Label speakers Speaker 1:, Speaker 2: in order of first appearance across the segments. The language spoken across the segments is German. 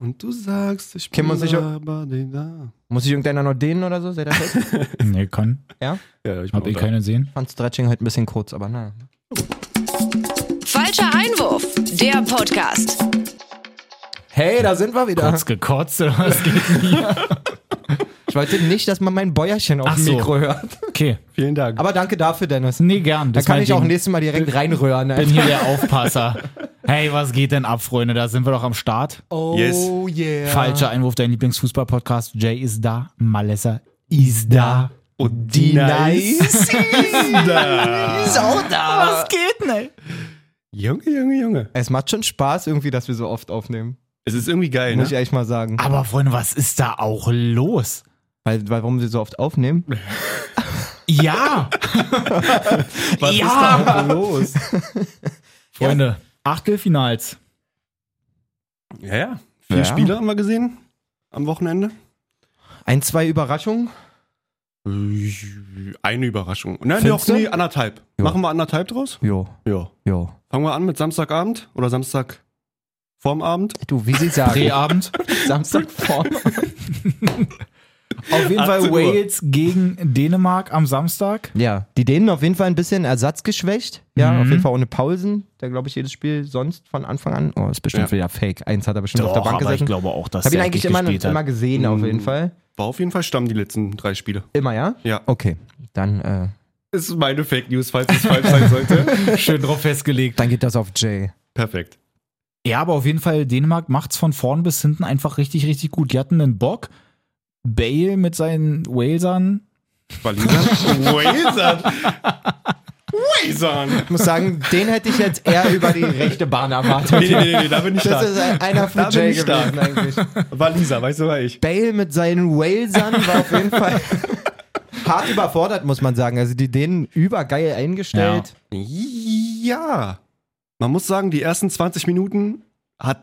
Speaker 1: Und du sagst, ich
Speaker 2: Kim, muss ich-
Speaker 1: aber den da.
Speaker 2: Muss ich irgendeiner noch dehnen oder so? Seid ihr fit?
Speaker 3: Nee, kann.
Speaker 1: Ja, ich
Speaker 3: Hab eh keine sehen.
Speaker 2: Fand Stretching heute ein bisschen kurz, aber naja.
Speaker 4: Falscher Einwurf, der Podcast.
Speaker 2: Hey, da sind wir wieder.
Speaker 3: Kurz gekotzt oder was geht nicht?
Speaker 2: Ich wollte nicht, dass man mein Bäuerchen auf
Speaker 3: Ach
Speaker 2: dem
Speaker 3: so.
Speaker 2: Mikro hört.
Speaker 3: Okay.
Speaker 1: Vielen Dank.
Speaker 2: Aber danke dafür, Dennis.
Speaker 3: Nee, gern.
Speaker 2: Da
Speaker 3: Das
Speaker 2: kann
Speaker 3: mein
Speaker 2: ich auch
Speaker 3: Ding.
Speaker 2: nächstes Mal direkt reinrühren.
Speaker 3: bin
Speaker 2: Alter.
Speaker 3: hier der Aufpasser. Hey, was geht denn ab, Freunde? Da sind wir doch am Start.
Speaker 2: Oh
Speaker 1: Yes.
Speaker 2: yeah.
Speaker 3: Falscher Einwurf, dein Lieblingsfußball-Podcast. Jay ist da, Malessa ist da.
Speaker 1: und
Speaker 2: Die Nice. Ist auch da.
Speaker 3: geht nicht?
Speaker 1: Junge, Junge, Junge.
Speaker 2: Es macht schon Spaß irgendwie, dass wir so oft aufnehmen.
Speaker 1: Es ist irgendwie geil,
Speaker 2: Muss ich
Speaker 1: ne?
Speaker 2: ehrlich mal sagen.
Speaker 3: Aber Freunde, was ist da auch los?
Speaker 2: Weil, weil warum sie so oft aufnehmen?
Speaker 3: Ja,
Speaker 2: Was
Speaker 3: Ja.
Speaker 2: ist da heute los?
Speaker 3: Freunde. Achtelfinals.
Speaker 1: Ja, ja. Vier
Speaker 2: Ja.
Speaker 1: Spiele haben wir gesehen am Wochenende.
Speaker 2: Ein, zwei Überraschungen.
Speaker 1: Eine Überraschung. Nein,
Speaker 2: Findest
Speaker 1: doch,
Speaker 2: du?
Speaker 1: nee, anderthalb.
Speaker 2: Ja.
Speaker 1: Machen wir anderthalb draus?
Speaker 2: Jo,
Speaker 1: Ja.
Speaker 2: jo.
Speaker 1: Fangen wir an mit Samstagabend oder Samstag vorm Abend.
Speaker 2: Du, wie sie sagen.
Speaker 3: Preabend.
Speaker 2: Samstag vorne.
Speaker 3: Auf jeden Fall
Speaker 1: 18 Uhr.
Speaker 3: Wales gegen Dänemark am Samstag.
Speaker 2: Ja, die Dänen auf jeden Fall ein bisschen ersatzgeschwächt. Ja,
Speaker 3: Mhm.
Speaker 2: auf jeden Fall ohne Pausen. Der, glaube ich, jedes Spiel sonst von Anfang an. Oh, ist bestimmt
Speaker 1: Ja.
Speaker 2: wieder fake. Eins hat er bestimmt auf der Bank
Speaker 3: aber ich
Speaker 2: gesessen. Ich
Speaker 3: glaube auch, dass
Speaker 2: habe ihn
Speaker 3: der
Speaker 2: eigentlich
Speaker 3: Eckig
Speaker 2: immer,
Speaker 3: gespielt hat.
Speaker 2: immer gesehen, auf
Speaker 1: Mhm.
Speaker 2: jeden Fall.
Speaker 1: War auf jeden Fall Stamm die letzten drei Spiele.
Speaker 2: Immer, ja?
Speaker 1: Ja.
Speaker 2: Okay, dann, äh,
Speaker 1: Ist meine Fake News, falls es falsch sein sollte.
Speaker 3: Schön drauf festgelegt.
Speaker 2: dann geht das auf Jay.
Speaker 1: Perfekt.
Speaker 3: Ja, aber auf jeden Fall, Dänemark macht's von vorn bis hinten einfach richtig, richtig gut. Die hatten einen Bock. Bale mit seinen Walesern.
Speaker 1: Walisern? Walisern! Walisern!
Speaker 2: Ich muss sagen, den hätte ich jetzt eher über die rechte Bahn erwartet.
Speaker 1: Nee, nee, nee, nee, da bin ich
Speaker 2: Das
Speaker 1: da.
Speaker 2: ist ein- einer für
Speaker 1: Da bin
Speaker 2: Jay
Speaker 1: ich
Speaker 2: gewesen
Speaker 1: stark.
Speaker 2: eigentlich.
Speaker 1: Waliser, weißt du, war ich.
Speaker 2: Bale mit seinen Walesern war auf jeden Fall hart überfordert, muss man sagen. Also die Dänen übergeil eingestellt.
Speaker 1: Ja. Man muss sagen, die ersten 20 Minuten hat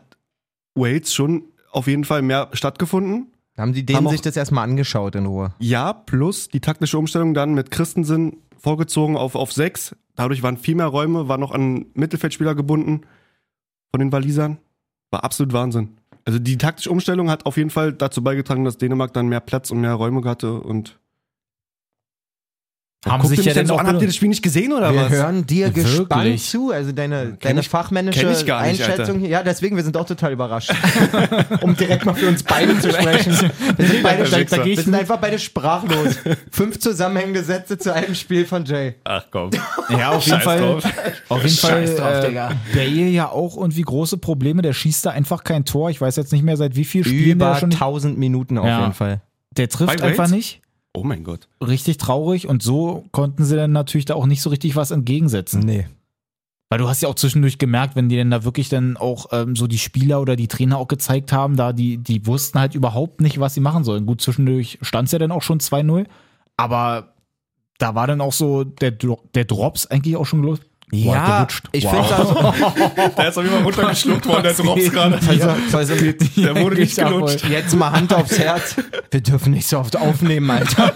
Speaker 1: Wales schon auf jeden Fall mehr stattgefunden.
Speaker 2: Haben die
Speaker 1: Haben
Speaker 2: Dänen
Speaker 1: auch-
Speaker 2: sich das erstmal angeschaut in Ruhe?
Speaker 1: Ja, plus die taktische Umstellung dann mit Christensen vorgezogen auf, auf 6. Dadurch waren viel mehr Räume, war noch an Mittelfeldspieler gebunden von den Walisern. War absolut Wahnsinn. Also die taktische Umstellung hat auf jeden Fall dazu beigetragen, dass Dänemark dann mehr Platz und mehr Räume hatte und
Speaker 3: Haben
Speaker 1: Guckt ihr
Speaker 3: sich ja
Speaker 1: mich denn
Speaker 3: dann
Speaker 1: so
Speaker 3: auch
Speaker 1: an, habt ihr das
Speaker 3: belohnt.
Speaker 1: Spiel nicht gesehen oder
Speaker 2: wir
Speaker 1: was?
Speaker 2: hören dir
Speaker 3: Wirklich?
Speaker 2: gespannt zu. Also deine, deine
Speaker 1: ich-
Speaker 2: fachmännische
Speaker 1: kenn ich gar nicht,
Speaker 2: Einschätzung. hier. Ja, deswegen, wir sind auch total überrascht. um direkt mal für uns beide zu sprechen. Wir sind, beide,
Speaker 1: Da- da
Speaker 3: geh ich
Speaker 2: wir sind
Speaker 3: mit.
Speaker 2: einfach beide sprachlos. Fünf zusammenhängende Sätze zu einem Spiel von Jay.
Speaker 1: Ach komm.
Speaker 3: Ja, auf jeden
Speaker 1: Scheiß
Speaker 3: Fall.
Speaker 1: drauf.
Speaker 3: Auf jeden Fall
Speaker 2: Scheiß drauf,
Speaker 3: äh,
Speaker 2: Digga.
Speaker 3: Bale ja auch irgendwie große Probleme. Der schießt da einfach kein Tor. Ich weiß jetzt nicht mehr, seit wie viel Spielen
Speaker 2: Über
Speaker 3: der schon.
Speaker 2: 1000 Minuten auf
Speaker 3: Ja.
Speaker 2: jeden Fall.
Speaker 3: Der trifft
Speaker 1: Bei Wales?
Speaker 3: einfach nicht.
Speaker 1: Oh mein Gott.
Speaker 3: Richtig traurig. Und so konnten sie dann natürlich da auch nicht so richtig was entgegensetzen.
Speaker 2: Nee.
Speaker 3: Weil du hast ja auch zwischendurch gemerkt, wenn die denn da wirklich dann auch ähm, so die Spieler oder die Trainer auch gezeigt haben, da die, die wussten halt überhaupt nicht, was sie machen sollen. Gut, zwischendurch stand es ja dann auch schon 2-0, aber da war dann auch so der, Dro der Drops eigentlich auch schon los. Boah, gerutscht.
Speaker 2: ich finde
Speaker 3: Wow.
Speaker 2: es also,
Speaker 1: Der ist auf jeden Fall runtergeschluckt worden, der
Speaker 3: Drops gerade.
Speaker 2: also, also
Speaker 1: Der wurde nicht
Speaker 3: Eigentlich
Speaker 1: gelutscht.
Speaker 2: jetzt mal Hand aufs Herz. Wir dürfen nicht so oft aufnehmen, Alter.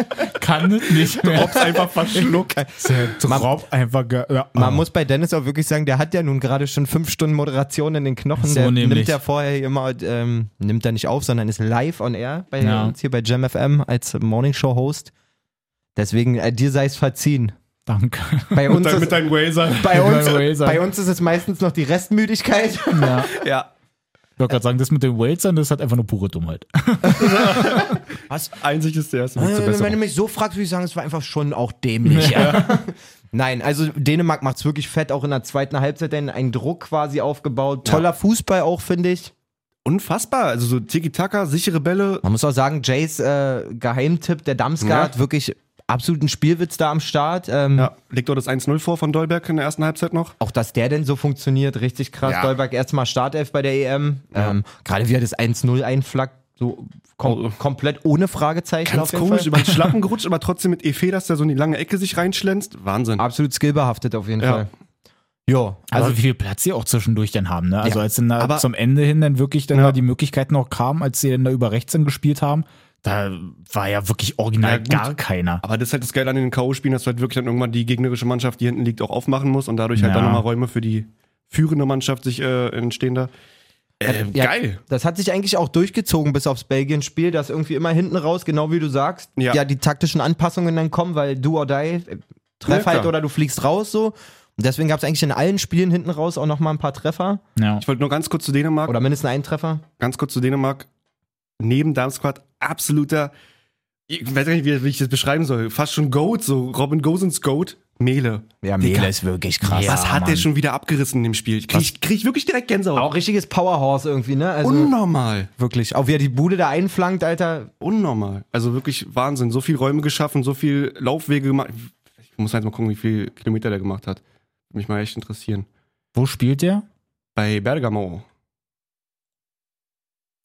Speaker 3: Kann es nicht mehr.
Speaker 1: Drops einfach verschluckt.
Speaker 3: Drop einfach. ge- Ja. ah,
Speaker 2: Man muss bei Dennis auch wirklich sagen, der hat ja nun gerade schon fünf Stunden Moderation in den Knochen.
Speaker 3: So
Speaker 2: der
Speaker 3: nämlich.
Speaker 2: nimmt ja vorher hier immer, ähm, nimmt er nicht auf, sondern ist live on air bei
Speaker 3: Ja.
Speaker 2: uns hier bei Jam FM als Morning Show Host. Deswegen, äh, dir sei es verziehen.
Speaker 3: Danke.
Speaker 2: Bei uns, ist,
Speaker 1: deinen Wazer.
Speaker 2: bei, uns,
Speaker 3: deinem Wazer.
Speaker 2: bei uns ist es meistens noch die Restmüdigkeit.
Speaker 3: Ja.
Speaker 1: Ja.
Speaker 3: Ich wollte gerade sagen, das mit den Walesern, das hat einfach nur pure Dummheit.
Speaker 1: Einzig ist der
Speaker 3: Äh,
Speaker 1: erste.
Speaker 2: Äh, Wenn du mich so fragst, würde ich sagen, es war einfach schon auch dämlich. Nein, also Dänemark macht es wirklich fett, auch in der zweiten Halbzeit denn einen Druck quasi aufgebaut. Toller Fußball auch, finde ich.
Speaker 1: Unfassbar. Also so Tiki-Taka, sichere Bälle.
Speaker 2: Man muss auch sagen, Jays äh, Geheimtipp, der Damsgaard, wirklich absoluten Spielwitz da am Start. Ähm,
Speaker 1: Ja, legt doch das 1-0 vor von Dolberg in der ersten Halbzeit noch.
Speaker 2: Auch dass der denn so funktioniert, richtig krass.
Speaker 1: Ja.
Speaker 2: Dolberg erstmal Startelf bei der EM. Ähm, Gerade wie er das 1-0 einflackt, so kom komplett ohne Fragezeichen.
Speaker 1: Oh. Ganz
Speaker 2: auf jeden
Speaker 1: komisch,
Speaker 2: Fall.
Speaker 1: über den Schlappen gerutscht, aber trotzdem mit Efe, dass der so in die lange Ecke sich reinschlänzt. Wahnsinn.
Speaker 2: Absolut skillbehaftet auf jeden
Speaker 1: Ja.
Speaker 2: Fall. Ja,
Speaker 3: Also wie viel Platz sie auch zwischendurch dann haben, ne? Also
Speaker 2: Ja,
Speaker 3: als dann da
Speaker 1: aber-
Speaker 3: zum Ende hin dann wirklich dann
Speaker 1: Ja.
Speaker 3: da die Möglichkeiten noch kamen, als sie dann da über rechts dann gespielt haben, da war ja wirklich
Speaker 1: Ja,
Speaker 3: original
Speaker 1: gut.
Speaker 3: gar keiner.
Speaker 1: Aber das ist halt das Geile an den K.O.-Spielen, dass du halt wirklich dann irgendwann die gegnerische Mannschaft, die hinten liegt, auch aufmachen musst und dadurch halt
Speaker 3: Ja.
Speaker 1: dann nochmal Räume für die führende Mannschaft sich äh, entstehen da. Äh,
Speaker 2: Ja,
Speaker 1: Geil.
Speaker 2: Das hat sich eigentlich auch durchgezogen bis aufs Belgien-Spiel, dass irgendwie immer hinten raus, genau wie du sagst, ja,
Speaker 1: Ja.
Speaker 2: die taktischen Anpassungen dann kommen, weil du or die, äh, treff
Speaker 1: Ja,
Speaker 2: halt
Speaker 1: klar.
Speaker 2: oder du fliegst raus so. Und deswegen gab es eigentlich in allen Spielen hinten raus auch nochmal ein paar Treffer
Speaker 3: Ja.
Speaker 1: Ich wollte nur ganz kurz zu Dänemark.
Speaker 2: oder mindestens einen Treffer.
Speaker 1: ganz kurz zu Dänemark. Neben Darmstadt absoluter, ich weiß gar nicht, wie, wie ich das beschreiben soll. Fast schon Goat, so Robin Gosens Goat. Mele.
Speaker 2: Ja, ist wirklich krass.
Speaker 3: Ja,
Speaker 1: Was hat
Speaker 3: Mann.
Speaker 1: der schon wieder abgerissen in dem Spiel? Ich krieg, ich krieg wirklich direkt Gänsehaut.
Speaker 2: Auch richtiges Powerhorse irgendwie, ne? Also
Speaker 1: Unnormal.
Speaker 2: wirklich. Auch wie er die Bude da einflankt, Alter.
Speaker 1: Unnormal. Also wirklich Wahnsinn. So viel Räume geschaffen, so viel Laufwege gemacht. Ich muss jetzt mal gucken, wie viel Kilometer der gemacht hat. Würde Mich mal echt interessieren.
Speaker 3: Wo spielt der?
Speaker 1: Bei Bergamo,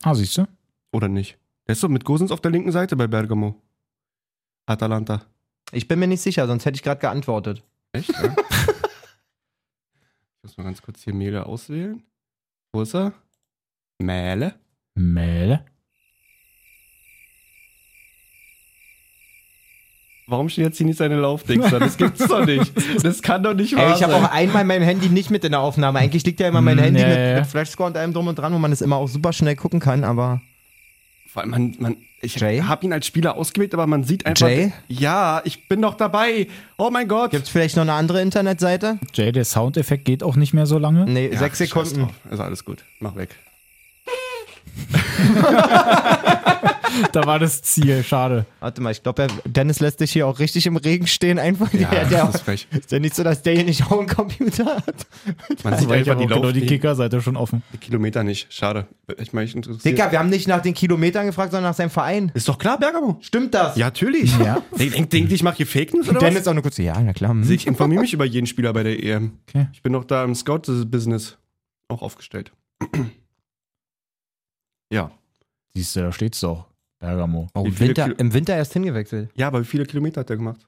Speaker 3: Ah, siehst du?
Speaker 1: oder nicht? Der ist doch mit Gosens auf der linken Seite bei Bergamo. Atalanta.
Speaker 2: Ich bin mir nicht sicher, sonst hätte ich gerade geantwortet.
Speaker 1: Echt? Ja? ich muss mal ganz kurz hier Mele auswählen. Wo ist er? Mähle.
Speaker 3: Mähle.
Speaker 1: Warum steht jetzt hier nicht seine Laufdings da? Das gibt's doch nicht. Das kann doch nicht wahr
Speaker 2: Ey, ich habe
Speaker 1: sein.
Speaker 2: auch einmal mein Handy nicht mit in der Aufnahme. Eigentlich liegt ja immer mein
Speaker 3: Mm,
Speaker 2: Handy
Speaker 3: ja,
Speaker 2: mit,
Speaker 3: ja.
Speaker 2: mit Flashscore und allem drum und dran, wo man das immer auch super schnell gucken kann, aber.
Speaker 1: Vor allem, man, man, ich
Speaker 2: Jay?
Speaker 1: habe ihn als Spieler ausgewählt, aber man sieht einfach.
Speaker 2: Jay?
Speaker 1: Ja, ich bin doch dabei. Oh mein Gott.
Speaker 2: Gibt es vielleicht noch eine andere Internetseite?
Speaker 3: Jay, der Soundeffekt geht auch nicht mehr so lange.
Speaker 2: Nee,
Speaker 1: Ja,
Speaker 2: sechs
Speaker 1: scheiß
Speaker 2: Sekunden.
Speaker 1: drauf. Also alles gut. Mach weg.
Speaker 3: Da war das Ziel, schade.
Speaker 2: Warte mal, ich glaube, Dennis lässt dich hier auch richtig im Regen stehen, einfach. der, der,
Speaker 1: das ist frech.
Speaker 2: ist ja nicht so, dass der hier nicht auch einen Computer hat.
Speaker 1: Man sieht einfach die,
Speaker 3: genau
Speaker 1: Lauf
Speaker 3: die
Speaker 1: die,
Speaker 3: Kickerseite schon offen.
Speaker 1: Kilometer nicht. Schade. Ich meine, ich interessiere.
Speaker 2: Dicker, wir haben nicht nach den Kilometern gefragt, sondern nach seinem Verein.
Speaker 1: Ist doch klar, Bergamo.
Speaker 2: Stimmt das?
Speaker 1: Ja, natürlich.
Speaker 3: Ja.
Speaker 1: Denkt denk, ich mache hier Fake News oder was?
Speaker 2: Dennis auch nur kurz. Ja, na klar. hm.
Speaker 1: Ich informiere mich über jeden Spieler bei der EM.
Speaker 3: Okay.
Speaker 1: Ich bin noch da im Scout-Business auch aufgestellt. ja.
Speaker 3: Siehst du, da steht's doch. Bergamo.
Speaker 2: Oh,
Speaker 1: Wie
Speaker 2: im,
Speaker 1: viele
Speaker 2: Winter,
Speaker 1: Kilo-
Speaker 2: Im Winter erst hingewechselt.
Speaker 1: Ja, aber wie viele Kilometer hat der gemacht?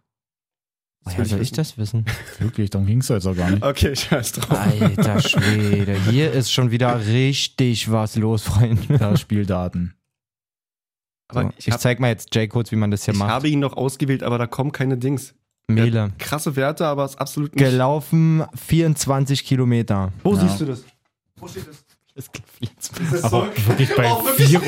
Speaker 2: Woher
Speaker 1: will ich
Speaker 2: soll ich
Speaker 1: wissen.
Speaker 2: das wissen?
Speaker 3: Wirklich, dann ging's jetzt auch gar nicht.
Speaker 1: Okay, scheiß drauf.
Speaker 2: Alter Schwede, hier ist schon wieder richtig was los, Freunde.
Speaker 3: Da Spieldaten.
Speaker 2: So,
Speaker 1: Aber ich,
Speaker 2: ich
Speaker 1: hab,
Speaker 2: zeig mal jetzt Jay kurz, wie man das hier
Speaker 1: ich
Speaker 2: macht.
Speaker 1: habe ihn noch ausgewählt, aber da kommen keine Dings.
Speaker 2: Mele.
Speaker 1: Krasse Werte, aber es ist absolut nicht.
Speaker 2: Gelaufen 24 Kilometer.
Speaker 1: Wo
Speaker 3: Ja.
Speaker 1: siehst du das? Wo steht das? das
Speaker 3: Aber wirklich bei 24.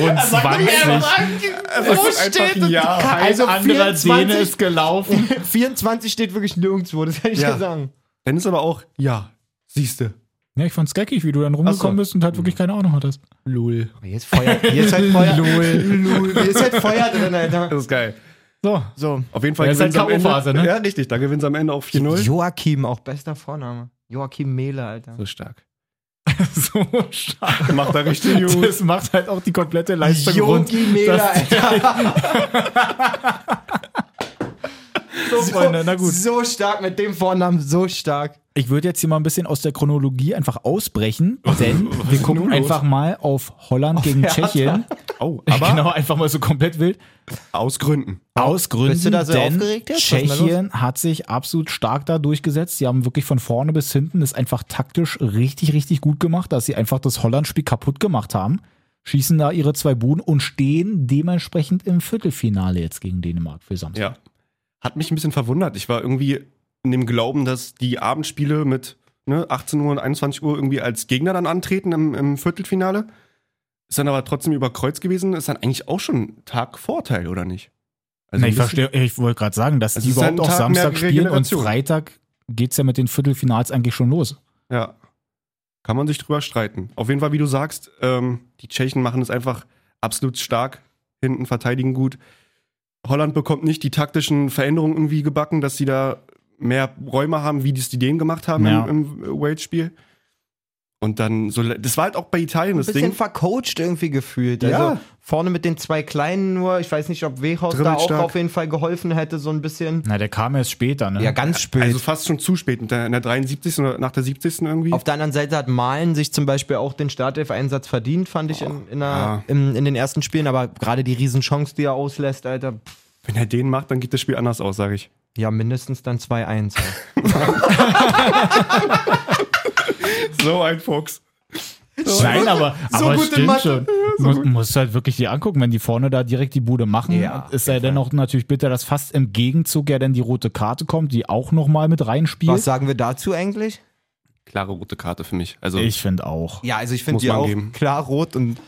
Speaker 1: Wo steht das? Ja.
Speaker 2: Also
Speaker 3: Anderer Däne ist gelaufen.
Speaker 2: 24 steht wirklich nirgendwo, das kann ich
Speaker 1: Ja.
Speaker 2: dir sagen.
Speaker 1: Dennis aber auch, ja, siehste.
Speaker 3: Ja, ich fand's geckig, wie du dann rumgekommen bist und halt wirklich keine Ahnung hattest.
Speaker 1: Lul.
Speaker 2: Oh, Hier ist Feuer, hier ist halt Feuer. Lul. Hier ist halt Feuer drin, Alter.
Speaker 1: Das ist geil.
Speaker 3: So.
Speaker 2: So.
Speaker 1: Auf jeden Fall
Speaker 3: Ja, ist halt
Speaker 1: gewinnt's am Ende-
Speaker 3: K.O.-Phase, ne?
Speaker 1: Ja, richtig. Da gewinnt am Ende auch 4-0.
Speaker 2: Joachim, auch bester Vorname. Joachim Mehle, Alter.
Speaker 1: So stark.
Speaker 3: so stark.
Speaker 1: Macht da richtig gut.
Speaker 3: Das macht halt auch die komplette Leistung rund.
Speaker 2: Jogi Mehle, Alter. so,
Speaker 3: Freunde, na gut.
Speaker 2: so stark mit dem Vornamen, so stark.
Speaker 3: Ich würde jetzt hier mal ein bisschen aus der Chronologie einfach ausbrechen, denn wir gucken
Speaker 1: nun los?
Speaker 3: einfach mal auf Holland gegen Tschechien.
Speaker 1: Oh, aber
Speaker 3: genau, einfach mal so komplett wild.
Speaker 1: aus Gründen.
Speaker 3: Aus Gründen,
Speaker 2: Bist du da so
Speaker 3: denn
Speaker 2: aufgeregt jetzt? Was ist denn da
Speaker 3: Tschechien hat sich absolut stark da durchgesetzt. Sie haben wirklich von vorne bis hinten das einfach taktisch richtig, richtig gut gemacht, dass sie einfach das Holland-Spiel kaputt gemacht haben. Schießen da ihre zwei Buden und stehen dementsprechend im Viertelfinale jetzt gegen Dänemark für Samstag.
Speaker 1: Ja. Hat mich ein bisschen verwundert. Ich war irgendwie in dem Glauben, dass die Abendspiele mit ne, 18 Uhr und 21 Uhr irgendwie als Gegner dann antreten im, im Viertelfinale. Ist dann aber trotzdem über Kreuz gewesen. Ist dann eigentlich auch schon ein Tag Vorteil, oder nicht? Also
Speaker 3: Na, ich
Speaker 1: ein bisschen-
Speaker 3: verstehe, ich wollte gerade sagen, dass
Speaker 1: Es
Speaker 3: die
Speaker 1: ist
Speaker 3: überhaupt
Speaker 1: ein
Speaker 3: auch
Speaker 1: Tag
Speaker 3: Samstag
Speaker 1: mehr
Speaker 3: spielen und
Speaker 1: Regeneration.
Speaker 3: Freitag geht es ja mit den Viertelfinals eigentlich schon los.
Speaker 1: Ja. Kann man sich drüber streiten. Auf jeden Fall, wie du sagst, ähm, die Tschechen machen es einfach absolut stark. Hinten verteidigen gut. Holland bekommt nicht die taktischen Veränderungen irgendwie gebacken, dass sie da mehr Räume haben, wie die es die Dänen gemacht haben
Speaker 3: Ja.
Speaker 1: im, im Wales-Spiel. Und dann so, le- das war halt auch bei Italien das
Speaker 2: Ein bisschen
Speaker 1: Ding.
Speaker 2: vercoacht irgendwie gefühlt. Also
Speaker 1: Ja.
Speaker 2: vorne mit den zwei Kleinen nur. Ich weiß nicht, ob Wehhaus da auch
Speaker 1: Dribbelstark.
Speaker 2: auf jeden Fall geholfen hätte, so ein bisschen.
Speaker 3: Na, der kam erst später, ne?
Speaker 2: Ja, ganz spät.
Speaker 1: Also fast schon zu spät, in der, in der 73. oder nach der 70. irgendwie.
Speaker 2: auf der anderen Seite hat Malen sich zum Beispiel auch den Startelf-Einsatz verdient, fand ich in, in, der,
Speaker 1: Ja.
Speaker 2: im- in den ersten Spielen. Aber gerade die Riesenchance, die er auslässt, Alter, pff,
Speaker 1: Wenn er den macht, dann geht das Spiel anders aus, sage ich.
Speaker 2: ja, mindestens dann 2-1.
Speaker 1: So ein Fuchs.
Speaker 3: Nein, aber,
Speaker 2: so
Speaker 3: aber
Speaker 2: gut in
Speaker 3: stimmt
Speaker 2: Mathe.
Speaker 3: schon. Muss, musst halt wirklich die angucken, wenn die vorne da direkt die Bude machen.
Speaker 2: Ja, auf
Speaker 3: ist ja dennoch natürlich bitter, dass fast im Gegenzug ja dann die rote Karte kommt, die auch nochmal mit reinspielt.
Speaker 2: Was sagen wir dazu eigentlich?
Speaker 1: klare rote Karte für mich. Also
Speaker 3: Ich finde auch.
Speaker 2: Ja, also ich finde
Speaker 1: Muss
Speaker 2: die
Speaker 1: man
Speaker 2: auch
Speaker 1: geben.
Speaker 2: klar rot und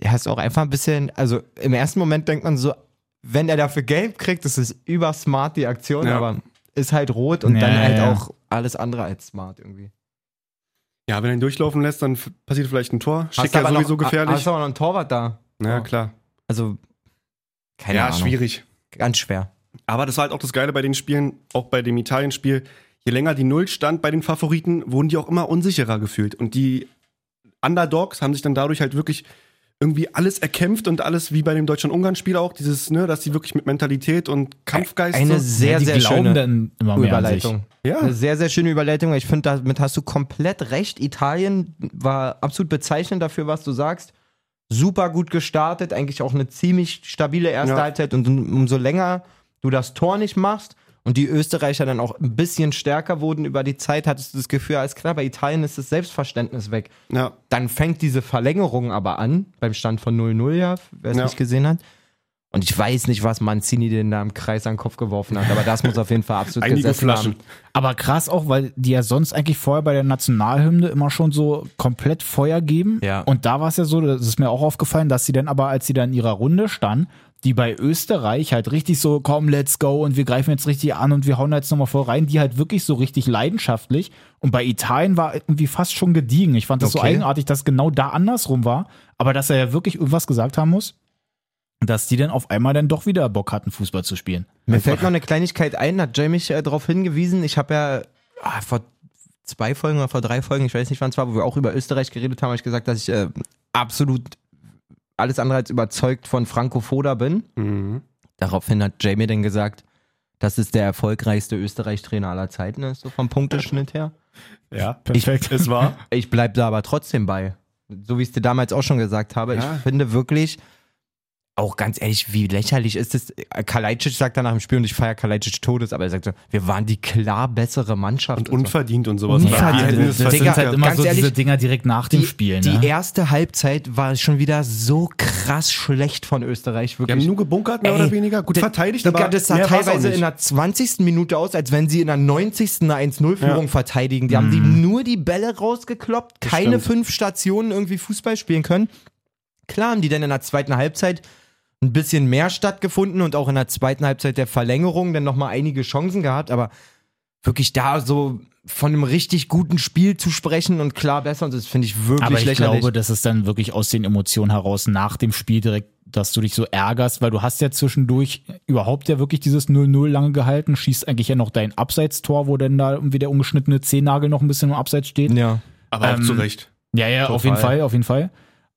Speaker 2: er ist auch einfach ein bisschen, also im ersten Moment denkt man so, wenn er dafür gelb kriegt, ist es übersmart die Aktion,
Speaker 1: Ja.
Speaker 2: aber ist halt rot und
Speaker 3: Ja,
Speaker 2: dann
Speaker 3: ja,
Speaker 2: halt
Speaker 3: ja.
Speaker 2: auch alles andere als smart irgendwie.
Speaker 1: ja, wenn er ihn durchlaufen lässt, dann f- passiert vielleicht ein Tor.
Speaker 2: Hast
Speaker 1: Schick ja
Speaker 2: aber
Speaker 1: sowieso
Speaker 2: noch, Hast
Speaker 1: gefährlich.
Speaker 2: aber noch einen Torwart da.
Speaker 1: Ja, klar.
Speaker 2: Also, keine
Speaker 1: Ja,
Speaker 2: Ahnung.
Speaker 1: schwierig.
Speaker 2: Ganz schwer.
Speaker 1: Aber das war halt auch das Geile bei den Spielen, auch bei dem Italien-Spiel. Je länger die Null stand bei den Favoriten, wurden die auch immer unsicherer gefühlt. Und die Underdogs haben sich dann dadurch halt wirklich irgendwie alles erkämpft und alles wie bei dem Deutschland-Ungarn-Spiel auch, dieses, ne, dass die wirklich mit Mentalität und Kampfgeist.
Speaker 2: Eine
Speaker 1: so,
Speaker 2: sehr,
Speaker 3: ja, die
Speaker 2: sehr
Speaker 3: glauben
Speaker 2: schöne
Speaker 3: dann immer mehr An sich.
Speaker 2: Überleitung.
Speaker 1: ja,
Speaker 2: Eine sehr, sehr schöne Überleitung. Ich finde, damit hast du komplett recht. Italien war absolut bezeichnend dafür, was du sagst. Super gut gestartet, eigentlich auch eine ziemlich stabile erste
Speaker 1: Ja.
Speaker 2: Halbzeit. Und um- umso länger du das Tor nicht machst und die Österreicher dann auch ein bisschen stärker wurden über die Zeit, hattest du das Gefühl, alles klar, bei Italien ist das Selbstverständnis weg.
Speaker 1: ja,
Speaker 2: Dann fängt diese Verlängerung aber an, beim Stand von 0-0, ja, wer es
Speaker 1: Ja.
Speaker 2: nicht gesehen hat. Und ich weiß nicht, was Manzini denn da im Kreis an den Kopf geworfen hat, aber das muss auf jeden Fall absolut
Speaker 1: einige
Speaker 2: gesessen
Speaker 1: Flaschen.
Speaker 3: Aber krass auch, weil die ja sonst eigentlich vorher bei der Nationalhymne immer schon so komplett Feuer geben.
Speaker 2: Ja.
Speaker 3: Und da war es ja so, das ist mir auch aufgefallen, dass sie dann aber, als sie dann in ihrer Runde standen, die bei Österreich halt richtig so, komm, let's go und wir greifen jetzt richtig an und wir hauen da jetzt nochmal voll rein, die halt wirklich so richtig leidenschaftlich. Und bei Italien war irgendwie fast schon gediegen. Ich fand das so
Speaker 2: Okay.
Speaker 3: eigenartig, dass genau da andersrum war, aber dass er ja wirklich irgendwas gesagt haben muss, dass die dann auf einmal dann doch wieder Bock hatten, Fußball zu spielen.
Speaker 2: Mir fällt noch eine Kleinigkeit ein, da hat Jay mich äh, darauf hingewiesen. Ich habe ja ah, vor zwei Folgen oder vor drei Folgen, ich weiß nicht wann es war, wo wir auch über Österreich geredet haben, habe ich gesagt, dass ich äh, absolut alles andere als überzeugt von Franco Foda bin.
Speaker 1: Mhm.
Speaker 2: Daraufhin hat Jay mir dann gesagt, dass es der erfolgreichste Österreich-Trainer aller Zeiten ist, so vom Punkteschnitt her.
Speaker 1: Ja,
Speaker 3: perfekt.
Speaker 1: Ich, es war.
Speaker 2: Ich bleib da aber trotzdem bei. So wie ich es dir damals auch schon gesagt habe.
Speaker 1: Ja.
Speaker 2: Ich finde wirklich, auch ganz ehrlich, wie lächerlich ist es. Kalajdzic sagt dann nach dem Spiel, und ich feiere Kalajdzic Todes, aber er sagt so, wir waren die klar bessere Mannschaft.
Speaker 1: Und
Speaker 2: so.
Speaker 1: unverdient und sowas.
Speaker 3: Unverdient.
Speaker 1: Die hätten es
Speaker 3: Das
Speaker 1: verdient
Speaker 2: Digga,
Speaker 3: sind halt
Speaker 1: gehabt.
Speaker 3: immer
Speaker 2: ganz
Speaker 3: so diese
Speaker 2: ehrlich,
Speaker 3: Dinger direkt nach dem
Speaker 2: die,
Speaker 3: Spiel.
Speaker 2: die
Speaker 3: ne?
Speaker 2: erste Halbzeit war schon wieder so krass schlecht von Österreich.
Speaker 1: Die haben
Speaker 2: Wirklich.
Speaker 1: nur gebunkert, mehr oder weniger. Gut
Speaker 2: d-
Speaker 1: verteidigt,
Speaker 2: Digga,
Speaker 1: aber
Speaker 2: das sah
Speaker 1: mehr war's auch
Speaker 2: teilweise
Speaker 1: nicht.
Speaker 2: in der 20. Minute aus, als wenn sie in der 90. eine 1-0-Führung
Speaker 1: Ja.
Speaker 2: verteidigen. Die haben die
Speaker 3: Mhm.
Speaker 2: nur die Bälle rausgekloppt, keine
Speaker 1: stimmt.
Speaker 2: fünf Stationen irgendwie Fußball spielen können. Klar haben die dann in der zweiten Halbzeit ein bisschen mehr stattgefunden und auch in der zweiten Halbzeit der Verlängerung dann nochmal einige Chancen gehabt, aber wirklich da so von einem richtig guten Spiel zu sprechen und klar besser und das finde ich wirklich
Speaker 3: Aber ich
Speaker 2: lächerlich.
Speaker 3: glaube, das ist dann wirklich aus den Emotionen heraus nach dem Spiel direkt, dass du dich so ärgerst, weil du hast ja zwischendurch überhaupt ja wirklich dieses 0-0 lange gehalten, schießt eigentlich ja noch dein Abseitstor, wo dann da irgendwie der ungeschnittene Zehennagel noch ein bisschen im Abseits steht.
Speaker 2: ja.
Speaker 1: aber auch
Speaker 3: ähm,
Speaker 1: zu Recht.
Speaker 3: Ja, ja, auf jeden Fall, auf jeden Fall.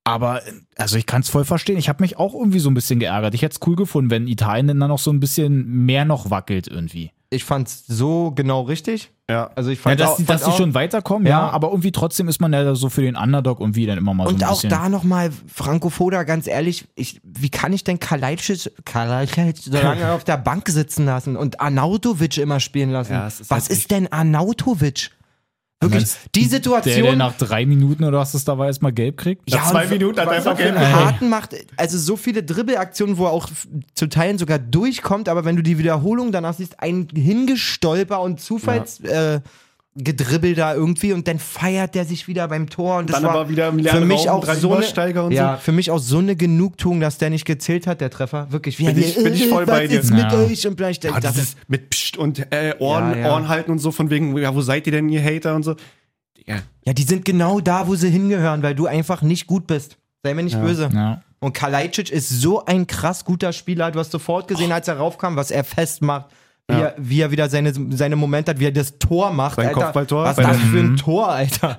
Speaker 3: Aber also ich kann es voll verstehen. Ich habe mich auch irgendwie so ein bisschen geärgert. Ich hätte es cool gefunden, wenn Italien dann noch so ein bisschen mehr noch wackelt irgendwie.
Speaker 2: Ich fand's so genau richtig.
Speaker 1: Ja.
Speaker 2: Also ich
Speaker 3: Ja,
Speaker 2: fand
Speaker 3: dass,
Speaker 2: auch,
Speaker 3: die- dass
Speaker 2: fand
Speaker 3: die
Speaker 2: auch-
Speaker 3: schon weiterkommen, ja.
Speaker 2: Ja.
Speaker 3: aber irgendwie trotzdem ist man ja so für den Underdog irgendwie dann immer mal
Speaker 2: Und
Speaker 3: so ein
Speaker 2: auch
Speaker 3: bisschen.
Speaker 2: da nochmal, Franco Foda, ganz ehrlich, ich, wie kann ich denn Kalajdzic, Kalajdzic so lange auf der Bank sitzen lassen und Arnautovic immer spielen lassen?
Speaker 1: Ja, es ist
Speaker 2: Was
Speaker 1: halt
Speaker 2: ist denn Arnautovic? Wirklich, die Situation...
Speaker 3: Also Der, der nach drei Minuten oder was es dabei erstmal gelb kriegt?
Speaker 1: Nach zwei Minuten hat er einfach gelb
Speaker 2: bekommen. Harten macht, also so viele Dribbelaktionen, wo er auch f- zu Teilen sogar durchkommt, aber wenn du die Wiederholung danach siehst, ein Hingestolper und Zufalls... Äh, Gedribbel da irgendwie und dann feiert der sich wieder beim Tor und das
Speaker 1: Dann
Speaker 2: war
Speaker 1: aber wieder im leeren
Speaker 2: für mich
Speaker 1: Raum
Speaker 2: auch
Speaker 1: drei
Speaker 2: so eine,
Speaker 1: Übersteiger und
Speaker 2: ja,
Speaker 1: so.
Speaker 2: für mich auch so eine Genugtuung, dass der nicht gezählt hat, der Treffer. Wirklich. Wie
Speaker 1: Bin ich- bin ich voll
Speaker 2: was
Speaker 1: bei dir.
Speaker 2: ist mit
Speaker 3: Ja.
Speaker 2: euch und gleich
Speaker 1: Ah,
Speaker 2: das
Speaker 1: dieses mit Psst und äh, Ohren,
Speaker 2: Ja, ja.
Speaker 1: Ohren halten und so von wegen, ja, wo seid ihr denn, ihr Hater und so.
Speaker 2: Ja, die sind genau da, wo sie hingehören, weil du einfach nicht gut bist. Sei mir nicht böse.
Speaker 3: Ja.
Speaker 2: Und Kalajdzic ist so ein krass guter Spieler. Du hast sofort gesehen, als er raufkam, was er festmacht. Wie, er, wie er wieder seine, seine Momente hat, wie er das Tor macht.
Speaker 1: Sein
Speaker 2: Alter.
Speaker 1: Kopfballtor Mhm.
Speaker 2: Was
Speaker 1: bei
Speaker 2: das
Speaker 1: der-
Speaker 2: für ein Tor, Alter.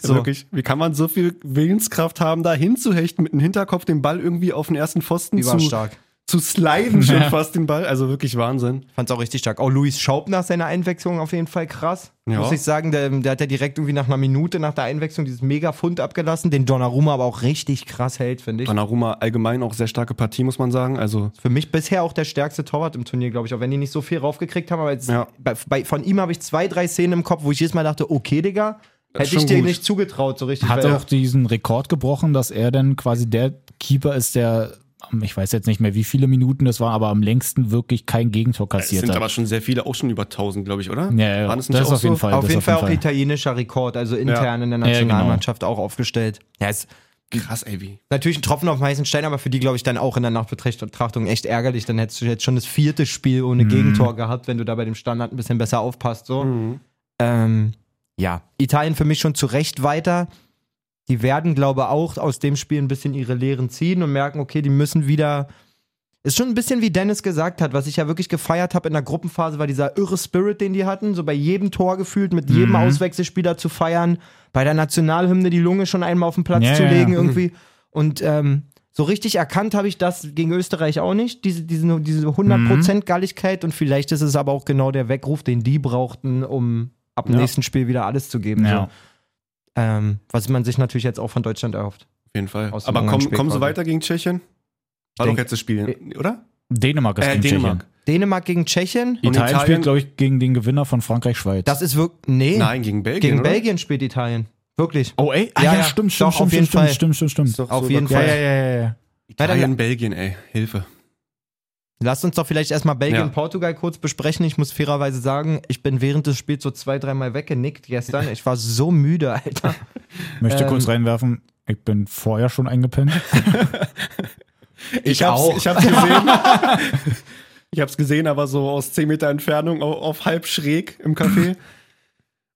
Speaker 2: So.
Speaker 1: Also Wirklich, wie kann man so viel Willenskraft haben, da hinzuhechten, mit dem Hinterkopf den Ball irgendwie auf den ersten Pfosten
Speaker 2: Die war
Speaker 1: zu,
Speaker 2: stark.
Speaker 1: zu sliden, schon fast den Ball. Also wirklich Wahnsinn.
Speaker 2: Fand's auch richtig stark. Auch Luis Schaub nach seiner Einwechslung auf jeden Fall krass.
Speaker 1: Ja.
Speaker 2: Muss ich sagen, der, der hat ja direkt irgendwie nach einer Minute nach der Einwechslung dieses Mega-Fund abgelassen, den Donnarumma aber auch richtig krass hält, finde ich.
Speaker 1: Donnarumma allgemein auch sehr starke Partie, muss man sagen. Also
Speaker 2: Für mich bisher auch der stärkste Torwart im Turnier, glaube ich, auch wenn die nicht so viel raufgekriegt haben. Aber jetzt,
Speaker 1: Ja.
Speaker 2: bei, bei, von ihm habe ich zwei, drei Szenen im Kopf, wo ich jedes Mal dachte, okay, Digga, hätte ich
Speaker 1: schon
Speaker 2: dir
Speaker 1: gut.
Speaker 2: nicht zugetraut, so richtig.
Speaker 3: Hat
Speaker 2: weil-
Speaker 3: auch diesen Rekord gebrochen, dass er dann quasi der Keeper ist, der am- ich weiß jetzt nicht mehr, wie viele Minuten das war, aber am längsten wirklich kein Gegentor
Speaker 1: Es sind
Speaker 3: kassiert
Speaker 1: aber
Speaker 3: hat.
Speaker 1: schon sehr viele, auch schon über 1000, glaube ich, oder?
Speaker 3: Ja, ja,
Speaker 1: Waren es
Speaker 3: das
Speaker 1: nicht
Speaker 3: ist
Speaker 1: auch
Speaker 3: auf jeden
Speaker 1: so?
Speaker 3: Fall.
Speaker 2: Auf
Speaker 3: das
Speaker 2: jeden Fall auch italienischer Rekord, also intern in der
Speaker 3: Ja, genau.
Speaker 2: Nationalmannschaft auch aufgestellt. Ja, ist
Speaker 1: Krass, ey, wie.
Speaker 2: natürlich ein Tropfen auf den heißen Stein, aber für die, glaube ich, dann auch in der Nachbetrachtung echt ärgerlich. Dann hättest du jetzt schon das vierte Spiel ohne
Speaker 1: Mhm.
Speaker 2: Gegentor gehabt, wenn du da bei dem Standard ein bisschen besser aufpasst. So. Ähm, ja, Italien für mich schon zu Recht weiter. Die werden, glaube ich, auch aus dem Spiel ein bisschen ihre Lehren ziehen und merken, okay, die müssen wieder. Ist schon ein bisschen wie Dennis gesagt hat, was ich ja wirklich gefeiert habe in der Gruppenphase, war dieser irre Spirit, den die hatten, so bei jedem Tor gefühlt, mit jedem
Speaker 3: Mhm.
Speaker 2: Auswechselspieler zu feiern, bei der Nationalhymne die Lunge schon einmal auf den Platz
Speaker 3: Ja,
Speaker 2: zu
Speaker 3: ja, ja.
Speaker 2: legen irgendwie. Und ähm, so richtig erkannt habe ich das gegen Österreich auch nicht, diese, diese, diese
Speaker 3: Mhm.
Speaker 2: 100% Galligkeit. Und vielleicht ist es aber auch genau der Weckruf, den die brauchten, um ab dem
Speaker 3: Ja.
Speaker 2: nächsten Spiel wieder alles zu geben.
Speaker 3: Ja.
Speaker 2: So. Ähm, was man sich natürlich jetzt auch von Deutschland erhofft.
Speaker 1: Auf jeden Fall.
Speaker 2: Aus dem
Speaker 1: Aber
Speaker 2: anderen
Speaker 1: kommen, kommen sie
Speaker 2: Spielquadrat.
Speaker 1: weiter gegen Tschechien? War doch
Speaker 2: denk-
Speaker 1: letztes Spiel, oder?
Speaker 3: Dänemark ist
Speaker 1: Äh,
Speaker 3: gegen
Speaker 1: Dänemark.
Speaker 2: Dänemark gegen Tschechien.
Speaker 3: Tschechien.
Speaker 1: Und
Speaker 3: Italien,
Speaker 1: Italien-
Speaker 3: spielt, glaube ich, gegen den Gewinner von Frankreich-Schweiz.
Speaker 2: Das ist wirklich. Nee,
Speaker 1: Nein, gegen Belgien.
Speaker 2: gegen
Speaker 1: oder?
Speaker 2: Belgien spielt Italien. Wirklich.
Speaker 3: Oh, ey? Ah,
Speaker 2: Ja,
Speaker 3: ja,
Speaker 2: ja.
Speaker 3: stimmt,
Speaker 2: Doch,
Speaker 3: stimmt,
Speaker 2: auf
Speaker 3: stimmt,
Speaker 2: jeden
Speaker 3: stimmt, stimmt,
Speaker 2: Fall.
Speaker 3: stimmt, stimmt,
Speaker 1: Ist
Speaker 3: stimmt.
Speaker 1: doch
Speaker 2: Auf
Speaker 1: so
Speaker 2: jeden
Speaker 1: überquert.
Speaker 2: Fall.
Speaker 3: ja, ja.
Speaker 1: Italien, Belgien, ey. Hilfe.
Speaker 2: Lasst uns doch vielleicht erstmal Belgien
Speaker 1: Ja.
Speaker 2: Portugal kurz besprechen. Ich muss fairerweise sagen, ich bin während des Spiels so zwei, dreimal weggenickt gestern. Ich war so müde, Alter.
Speaker 3: Möchte
Speaker 2: Ähm,
Speaker 3: kurz reinwerfen, ich bin vorher schon eingepennt.
Speaker 1: Ich, hab's, ich hab's gesehen. ich hab's gesehen, aber so aus 10 Meter Entfernung auf, auf halb schräg im Café.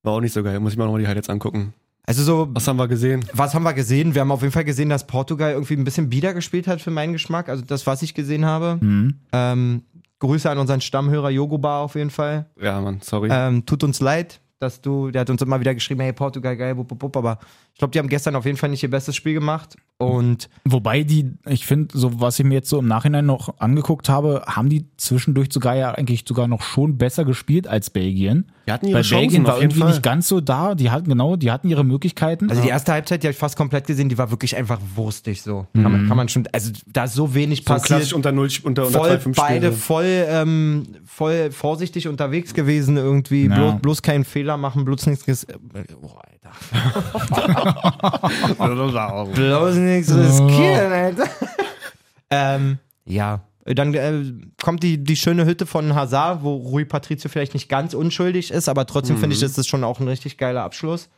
Speaker 1: War auch nicht so geil. Muss ich mir auch nochmal die Highlights angucken.
Speaker 2: Also so
Speaker 1: Was haben wir gesehen?
Speaker 2: Was haben wir gesehen? Wir haben auf jeden Fall gesehen, dass Portugal irgendwie ein bisschen bieder gespielt hat für meinen Geschmack. Also das, was ich gesehen habe.
Speaker 3: Hm.
Speaker 2: Ähm, Grüße an unseren Stammhörer Yogobar auf jeden Fall.
Speaker 1: Ja, Mann, sorry.
Speaker 2: Ähm, tut uns leid, dass du, der hat uns immer wieder geschrieben, hey Portugal, geil, bup, bup, bup. aber ich glaube, die haben gestern auf jeden Fall nicht ihr bestes Spiel gemacht. Und
Speaker 3: Wobei die, ich finde, so was ich mir jetzt so im Nachhinein noch angeguckt habe, haben die zwischendurch sogar ja eigentlich sogar noch schon besser gespielt als Belgien.
Speaker 1: Wir hatten
Speaker 3: Bei Belgien war irgendwie nicht ganz so da. Die hatten genau, die hatten ihre Möglichkeiten.
Speaker 2: also die erste Halbzeit, die habe ich fast komplett gesehen, die war wirklich einfach wurstig so. Kann, man, kann man schon, also da ist so wenig
Speaker 1: so
Speaker 2: passiert.
Speaker 1: klassisch unter 0, unter, unter
Speaker 2: voll
Speaker 1: 2,5
Speaker 2: beide
Speaker 1: Spiele.
Speaker 2: voll, ähm, voll vorsichtig unterwegs gewesen irgendwie.
Speaker 3: Ja.
Speaker 2: Bloß, bloß keinen Fehler machen, bloß nichts. ges- Oh, Alter. bloß nichts riskieren, Alter. ähm, ja. Dann äh, kommt die, die schöne Hütte von Hazard, wo Rui Patricio vielleicht nicht ganz unschuldig ist, aber trotzdem finde ich, das ist schon auch ein richtig geiler Abschluss.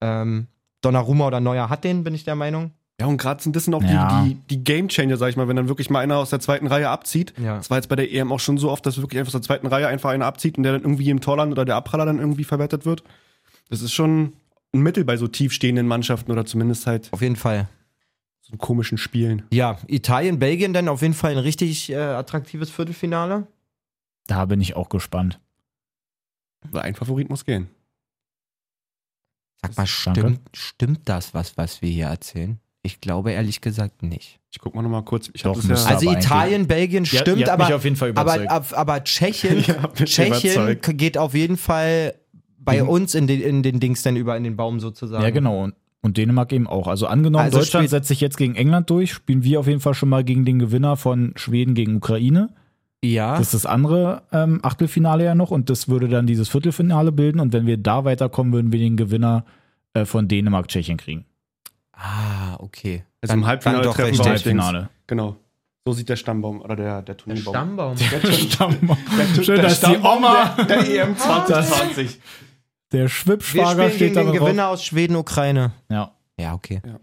Speaker 2: Ähm, Donnarumma oder Neuer hat den, bin ich der Meinung.
Speaker 1: Ja, und gerade sind das sind auch
Speaker 3: Ja.
Speaker 1: die, die, die Game Changer, sag ich mal, wenn dann wirklich mal einer aus der zweiten Reihe abzieht.
Speaker 2: Ja.
Speaker 1: Das war jetzt bei der EM auch schon so oft, dass wirklich einfach aus der zweiten Reihe einfach einer abzieht und der dann irgendwie im Torland oder der Abpraller dann irgendwie verwertet wird. Das ist schon ein Mittel bei so tiefstehenden Mannschaften oder zumindest halt
Speaker 2: Auf jeden Fall.
Speaker 1: so komischen Spielen.
Speaker 2: Ja, Italien, Belgien dann auf jeden Fall ein richtig äh, attraktives Viertelfinale.
Speaker 3: Da bin ich auch gespannt.
Speaker 1: Weil ein Favorit muss gehen.
Speaker 2: Sag mal,
Speaker 3: Danke.
Speaker 2: stimmt, stimmt das, was, was wir hier erzählen? Ich glaube ehrlich gesagt nicht.
Speaker 1: Ich guck mal nochmal kurz. Ich hab
Speaker 3: Doch,
Speaker 1: das
Speaker 3: müsste-
Speaker 1: ja,
Speaker 2: Also
Speaker 3: aber
Speaker 2: Italien, Belgien stimmt, aber,
Speaker 3: auf jeden Fall
Speaker 2: aber, ab- aber Tschechien,
Speaker 1: Ihr habt mich
Speaker 2: Tschechien
Speaker 1: überzeugt.
Speaker 2: k- geht auf jeden Fall bei
Speaker 3: Mhm.
Speaker 2: uns in den, in den Dings dann über in den Baum sozusagen.
Speaker 3: ja, genau. Und, und Dänemark eben auch. Also angenommen,
Speaker 2: Also
Speaker 3: Deutschland
Speaker 2: spielt-
Speaker 3: setzt sich jetzt gegen England durch, spielen wir auf jeden Fall schon mal gegen den Gewinner von Schweden gegen Ukraine.
Speaker 2: Ja.
Speaker 3: Das ist das andere ähm, Achtelfinale ja noch und das würde dann dieses Viertelfinale bilden. Und wenn wir da weiterkommen, würden wir den Gewinner äh, von Dänemark, Tschechien kriegen.
Speaker 2: ah, okay.
Speaker 1: Also im Halbfinale
Speaker 2: dann doch
Speaker 1: treffen
Speaker 2: richtig.
Speaker 1: wir
Speaker 3: Im
Speaker 1: uns.
Speaker 3: Halbfinale.
Speaker 1: Genau. So sieht der Stammbaum oder der, der Turnierbaum.
Speaker 2: Stammbaum.
Speaker 3: Schön, dass die Oma,
Speaker 1: Der, der EM 2020.
Speaker 3: der
Speaker 2: Wir
Speaker 3: Schwippschwager
Speaker 2: spielen
Speaker 3: steht
Speaker 2: gegen
Speaker 3: da
Speaker 2: den
Speaker 3: drauf.
Speaker 2: Gewinner aus Schweden, Ukraine.
Speaker 3: Ja.
Speaker 2: Ja, okay.
Speaker 1: Ja.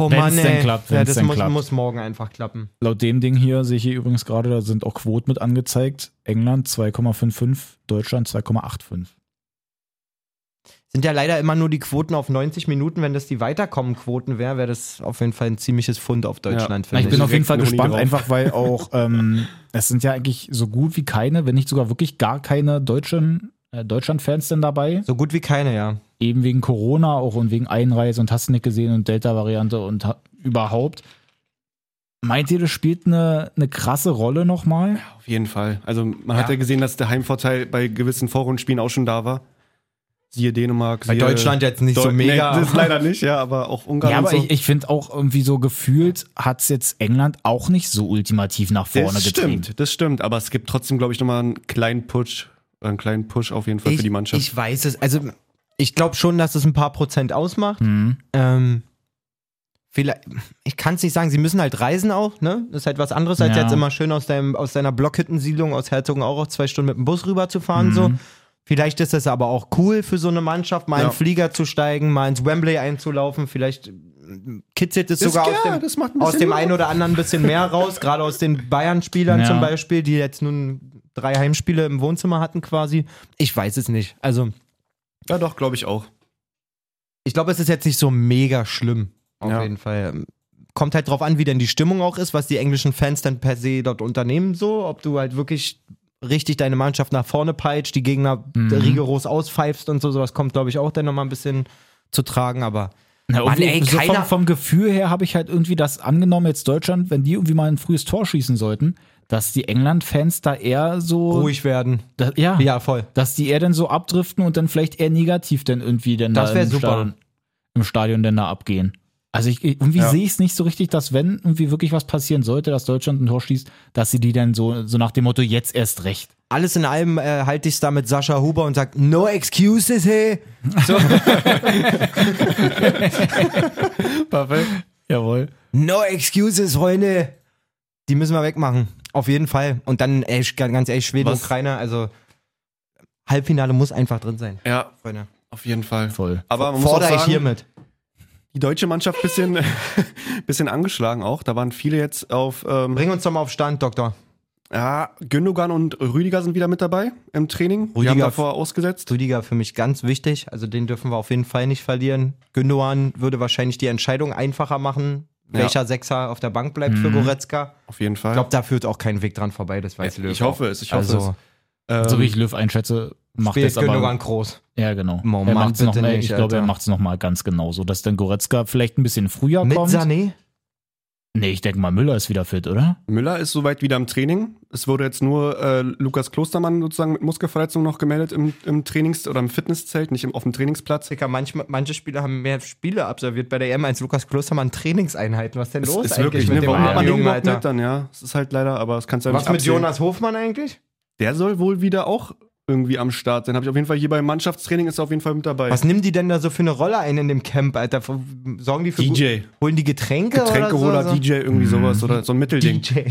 Speaker 2: Oh
Speaker 3: Wenn's
Speaker 2: Mann,
Speaker 3: denn
Speaker 2: ey.
Speaker 3: klappt,
Speaker 2: ja,
Speaker 3: wenn's
Speaker 2: das
Speaker 3: denn
Speaker 2: muss,
Speaker 3: klappt.
Speaker 2: muss morgen einfach klappen.
Speaker 3: Laut dem Ding hier sehe ich hier übrigens gerade, da sind auch Quoten mit angezeigt. England 2,55, Deutschland 2,85.
Speaker 2: sind ja leider immer nur die Quoten auf 90 Minuten. Wenn das die Weiterkommen-Quoten wäre, wäre das auf jeden Fall ein ziemliches Fund auf Deutschland.
Speaker 1: Ja.
Speaker 3: Na,
Speaker 2: finde
Speaker 3: ich bin auf jeden Fall
Speaker 1: Direkt eine
Speaker 3: gespannt,
Speaker 1: Uni drauf.
Speaker 3: einfach weil auch, ähm, es sind ja eigentlich so gut wie keine, wenn nicht sogar wirklich gar keine deutschen äh, Deutschland-Fans denn dabei.
Speaker 2: so gut wie keine, ja.
Speaker 3: eben wegen Corona auch und wegen Einreise und hast du nicht gesehen und Delta-Variante und ha- überhaupt. Meint ihr, das spielt eine, eine krasse Rolle nochmal?
Speaker 1: Auf jeden Fall. Also man hat ja gesehen, dass der Heimvorteil bei gewissen Vorrundenspielen auch schon da war. Siehe Dänemark.
Speaker 2: Bei
Speaker 1: siehe
Speaker 2: Deutschland jetzt nicht
Speaker 1: Deu-
Speaker 2: so mega.
Speaker 1: Nee, das ist leider nicht, ja, aber auch Ungarn
Speaker 3: Ja,
Speaker 1: und
Speaker 3: aber
Speaker 1: so.
Speaker 3: ich, ich finde auch irgendwie so gefühlt hat es jetzt England auch nicht so ultimativ nach vorne
Speaker 1: das
Speaker 3: getrieben.
Speaker 1: stimmt, das stimmt. Aber es gibt trotzdem, glaube ich, nochmal einen kleinen Push, einen kleinen Push auf jeden Fall für die Mannschaft.
Speaker 2: Ich weiß es. Also, ich glaube schon, dass es ein paar Prozent ausmacht.
Speaker 3: Hm.
Speaker 2: Ähm, vielleicht, ich kann es nicht sagen, sie müssen halt reisen auch, ne? Das ist halt was anderes, als
Speaker 3: Ja.
Speaker 2: jetzt immer schön aus, deinem, aus deiner Blockhüttensiedlung aus Herzogenaurach zwei Stunden mit dem Bus rüber zu fahren, so. Vielleicht ist das aber auch cool für so eine Mannschaft, mal in
Speaker 1: Ja.
Speaker 2: einen Flieger zu steigen, mal ins Wembley einzulaufen, vielleicht ähm, kitzelt es
Speaker 1: Ist
Speaker 2: sogar aus
Speaker 1: klar,
Speaker 2: dem,
Speaker 1: das macht ein
Speaker 2: aus
Speaker 1: bisschen
Speaker 2: dem einen oder anderen ein bisschen mehr raus, gerade aus den Bayern-Spielern
Speaker 3: Ja.
Speaker 2: zum Beispiel, die jetzt nun drei Heimspiele im Wohnzimmer hatten quasi. Ich weiß es nicht. Also,
Speaker 1: Ja, doch, glaube ich auch.
Speaker 2: ich glaube, es ist jetzt nicht so mega schlimm. Auf
Speaker 1: Ja.
Speaker 2: jeden Fall. Kommt halt drauf an, wie denn die Stimmung auch ist, was die englischen Fans dann per se dort unternehmen, so, ob du halt wirklich richtig deine Mannschaft nach vorne peitscht, die Gegner
Speaker 3: Mhm.
Speaker 2: rigoros auspfeifst und so, sowas kommt, glaube ich, auch dann nochmal ein bisschen zu tragen, aber
Speaker 3: Na,
Speaker 2: Mann,
Speaker 3: irgendwie-
Speaker 2: ey,
Speaker 3: so vom,
Speaker 2: keiner-
Speaker 3: vom Gefühl her habe ich halt irgendwie das angenommen, jetzt Deutschland, wenn die irgendwie mal ein frühes Tor schießen sollten, dass die England-Fans da eher so.
Speaker 2: ruhig werden.
Speaker 3: Da, ja,
Speaker 2: Ja, voll.
Speaker 3: Dass die eher dann so abdriften und dann vielleicht eher negativ dann irgendwie dann
Speaker 2: Das
Speaker 3: da
Speaker 2: wär
Speaker 3: im,
Speaker 2: super.
Speaker 3: Stadion, im Stadion dann da abgehen. Also ich, ich- irgendwie
Speaker 1: Ja.
Speaker 3: sehe ich es nicht so richtig, dass wenn irgendwie wirklich was passieren sollte, dass Deutschland ein Tor schießt, dass sie die dann so, so nach dem Motto jetzt erst recht.
Speaker 2: Alles in allem äh, halte ich es da mit Sascha Huber und sag, no excuses, hey.
Speaker 3: Perfekt. Jawohl.
Speaker 2: No excuses, Freunde. Die müssen wir wegmachen. Auf jeden Fall. Und dann, ey, ganz ehrlich, Schweden,
Speaker 1: Was?
Speaker 2: Ukraine, also Halbfinale muss einfach drin sein,
Speaker 1: Ja,
Speaker 2: Freunde.
Speaker 1: auf jeden Fall.
Speaker 3: Voll.
Speaker 1: Aber man muss auch
Speaker 2: Fordere ich
Speaker 1: sagen,
Speaker 2: hiermit.
Speaker 1: die deutsche Mannschaft bisschen, bisschen angeschlagen auch. Da waren viele jetzt auf. Ähm,
Speaker 2: Bring uns doch mal auf Stand, Doktor.
Speaker 1: ja, Gündogan und Rüdiger sind wieder mit dabei im Training. Die
Speaker 2: Rüdiger-
Speaker 1: haben davor ausgesetzt.
Speaker 2: Rüdiger für mich ganz wichtig. Also den dürfen wir auf jeden Fall nicht verlieren. Gündogan würde wahrscheinlich die Entscheidung einfacher machen,
Speaker 1: Ja.
Speaker 2: welcher Sechser auf der Bank bleibt für
Speaker 3: Mhm.
Speaker 2: Goretzka.
Speaker 1: Auf jeden Fall.
Speaker 2: Ich glaube, da führt auch kein Weg dran vorbei, das weiß Löw.
Speaker 1: ich hoffe es, ich hoffe
Speaker 2: also,
Speaker 1: es.
Speaker 3: So
Speaker 1: Ähm,
Speaker 3: wie ich Löw einschätze, macht
Speaker 2: spielt
Speaker 3: es aber.
Speaker 2: Gündogan groß.
Speaker 3: Ja, genau.
Speaker 2: Oh
Speaker 3: er
Speaker 2: Mann,
Speaker 3: macht's noch
Speaker 2: bitte
Speaker 3: mal, ich
Speaker 2: nicht,
Speaker 3: glaube, er
Speaker 2: Alter.
Speaker 3: macht es nochmal ganz genau so, dass dann Goretzka vielleicht ein bisschen früher
Speaker 2: Mit
Speaker 3: kommt.
Speaker 2: Sané?
Speaker 3: Nee, ich denke mal, Müller ist wieder fit, oder?
Speaker 1: Müller ist soweit wieder im Training. Es wurde jetzt nur äh, Lukas Klostermann sozusagen mit Muskelverletzung noch gemeldet im, im Trainings- oder im Fitnesszelt, nicht im, auf dem Trainingsplatz.
Speaker 2: Dicker, manch, manche Spieler haben mehr Spiele absolviert bei der EM als Lukas Klostermann Trainingseinheiten. Was denn los
Speaker 1: ist
Speaker 2: eigentlich
Speaker 1: wirklich,
Speaker 2: mit
Speaker 1: ne?
Speaker 2: dem
Speaker 1: Warum hat
Speaker 2: armen
Speaker 1: man den
Speaker 2: Jungen,
Speaker 1: überhaupt
Speaker 2: Alter?
Speaker 1: mit dann, ja? Es ist halt leider, aber es kannst du ja
Speaker 2: Was
Speaker 1: nicht
Speaker 2: mit
Speaker 1: absehen.
Speaker 2: Jonas Hofmann eigentlich?
Speaker 1: Der soll wohl wieder auch irgendwie am Start sein. Habe ich auf jeden Fall hier beim Mannschaftstraining ist er auf jeden Fall mit dabei.
Speaker 2: Was nimmt die denn da so für eine Rolle ein in dem Camp, Alter? Sorgen die für
Speaker 1: DJ.
Speaker 2: Holen die Getränke,
Speaker 1: Getränkeholer,
Speaker 2: oder so? Also
Speaker 1: DJ, irgendwie sowas oder so ein Mittelding.
Speaker 2: DJ.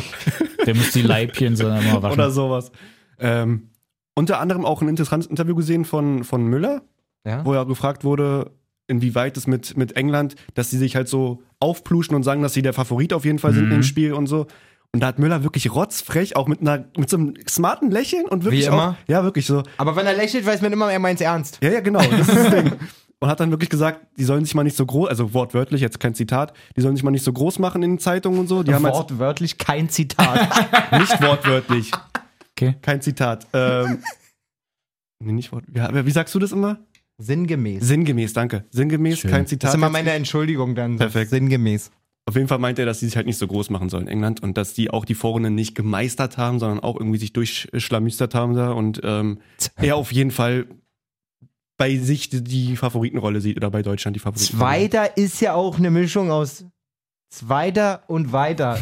Speaker 3: Der muss die Leibchen so immer waschen.
Speaker 1: oder sowas. Ähm, unter anderem auch ein interessantes Interview gesehen von, von Müller,
Speaker 2: Ja.
Speaker 1: wo ja gefragt wurde, inwieweit es mit, mit England, dass sie sich halt so aufpluschen und sagen, dass sie der Favorit auf jeden Fall sind
Speaker 3: Mhm.
Speaker 1: im Spiel und so. Und da hat Müller wirklich rotzfrech, auch mit, einer, mit so einem smarten Lächeln und wirklich
Speaker 2: Wie immer?
Speaker 1: Auch, ja, wirklich so,
Speaker 2: Aber wenn er lächelt, weiß man immer, er meint's ernst.
Speaker 1: ja, ja, genau. Das ist das Ding. Und hat dann wirklich gesagt, die sollen sich mal nicht so groß, also wortwörtlich, jetzt kein Zitat, die sollen sich mal nicht so groß machen in den Zeitungen und so. Die haben jetzt
Speaker 2: Wortwörtlich kein Zitat.
Speaker 1: nicht wortwörtlich,
Speaker 3: Okay.
Speaker 1: kein Zitat. Ähm, nee, nicht wort ja, aber wie sagst du das immer?
Speaker 2: Sinngemäß.
Speaker 1: Sinngemäß, danke. Sinngemäß,
Speaker 3: Schön.
Speaker 1: kein
Speaker 2: Das
Speaker 1: Zitat.
Speaker 2: ist immer
Speaker 1: jetzt.
Speaker 2: meine Entschuldigung dann.
Speaker 1: Perfekt.
Speaker 2: Sinngemäß.
Speaker 1: Auf jeden Fall meinte er, dass die sich halt nicht so groß machen sollen, England, und dass die auch die Vorrunde nicht gemeistert haben, sondern auch irgendwie sich durchschlamüstert haben da und ähm, er auf jeden Fall bei sich die, die Favoritenrolle sieht oder bei Deutschland die Favoritenrolle.
Speaker 2: Zweiter ist ja auch eine Mischung aus Zweiter und Weiter.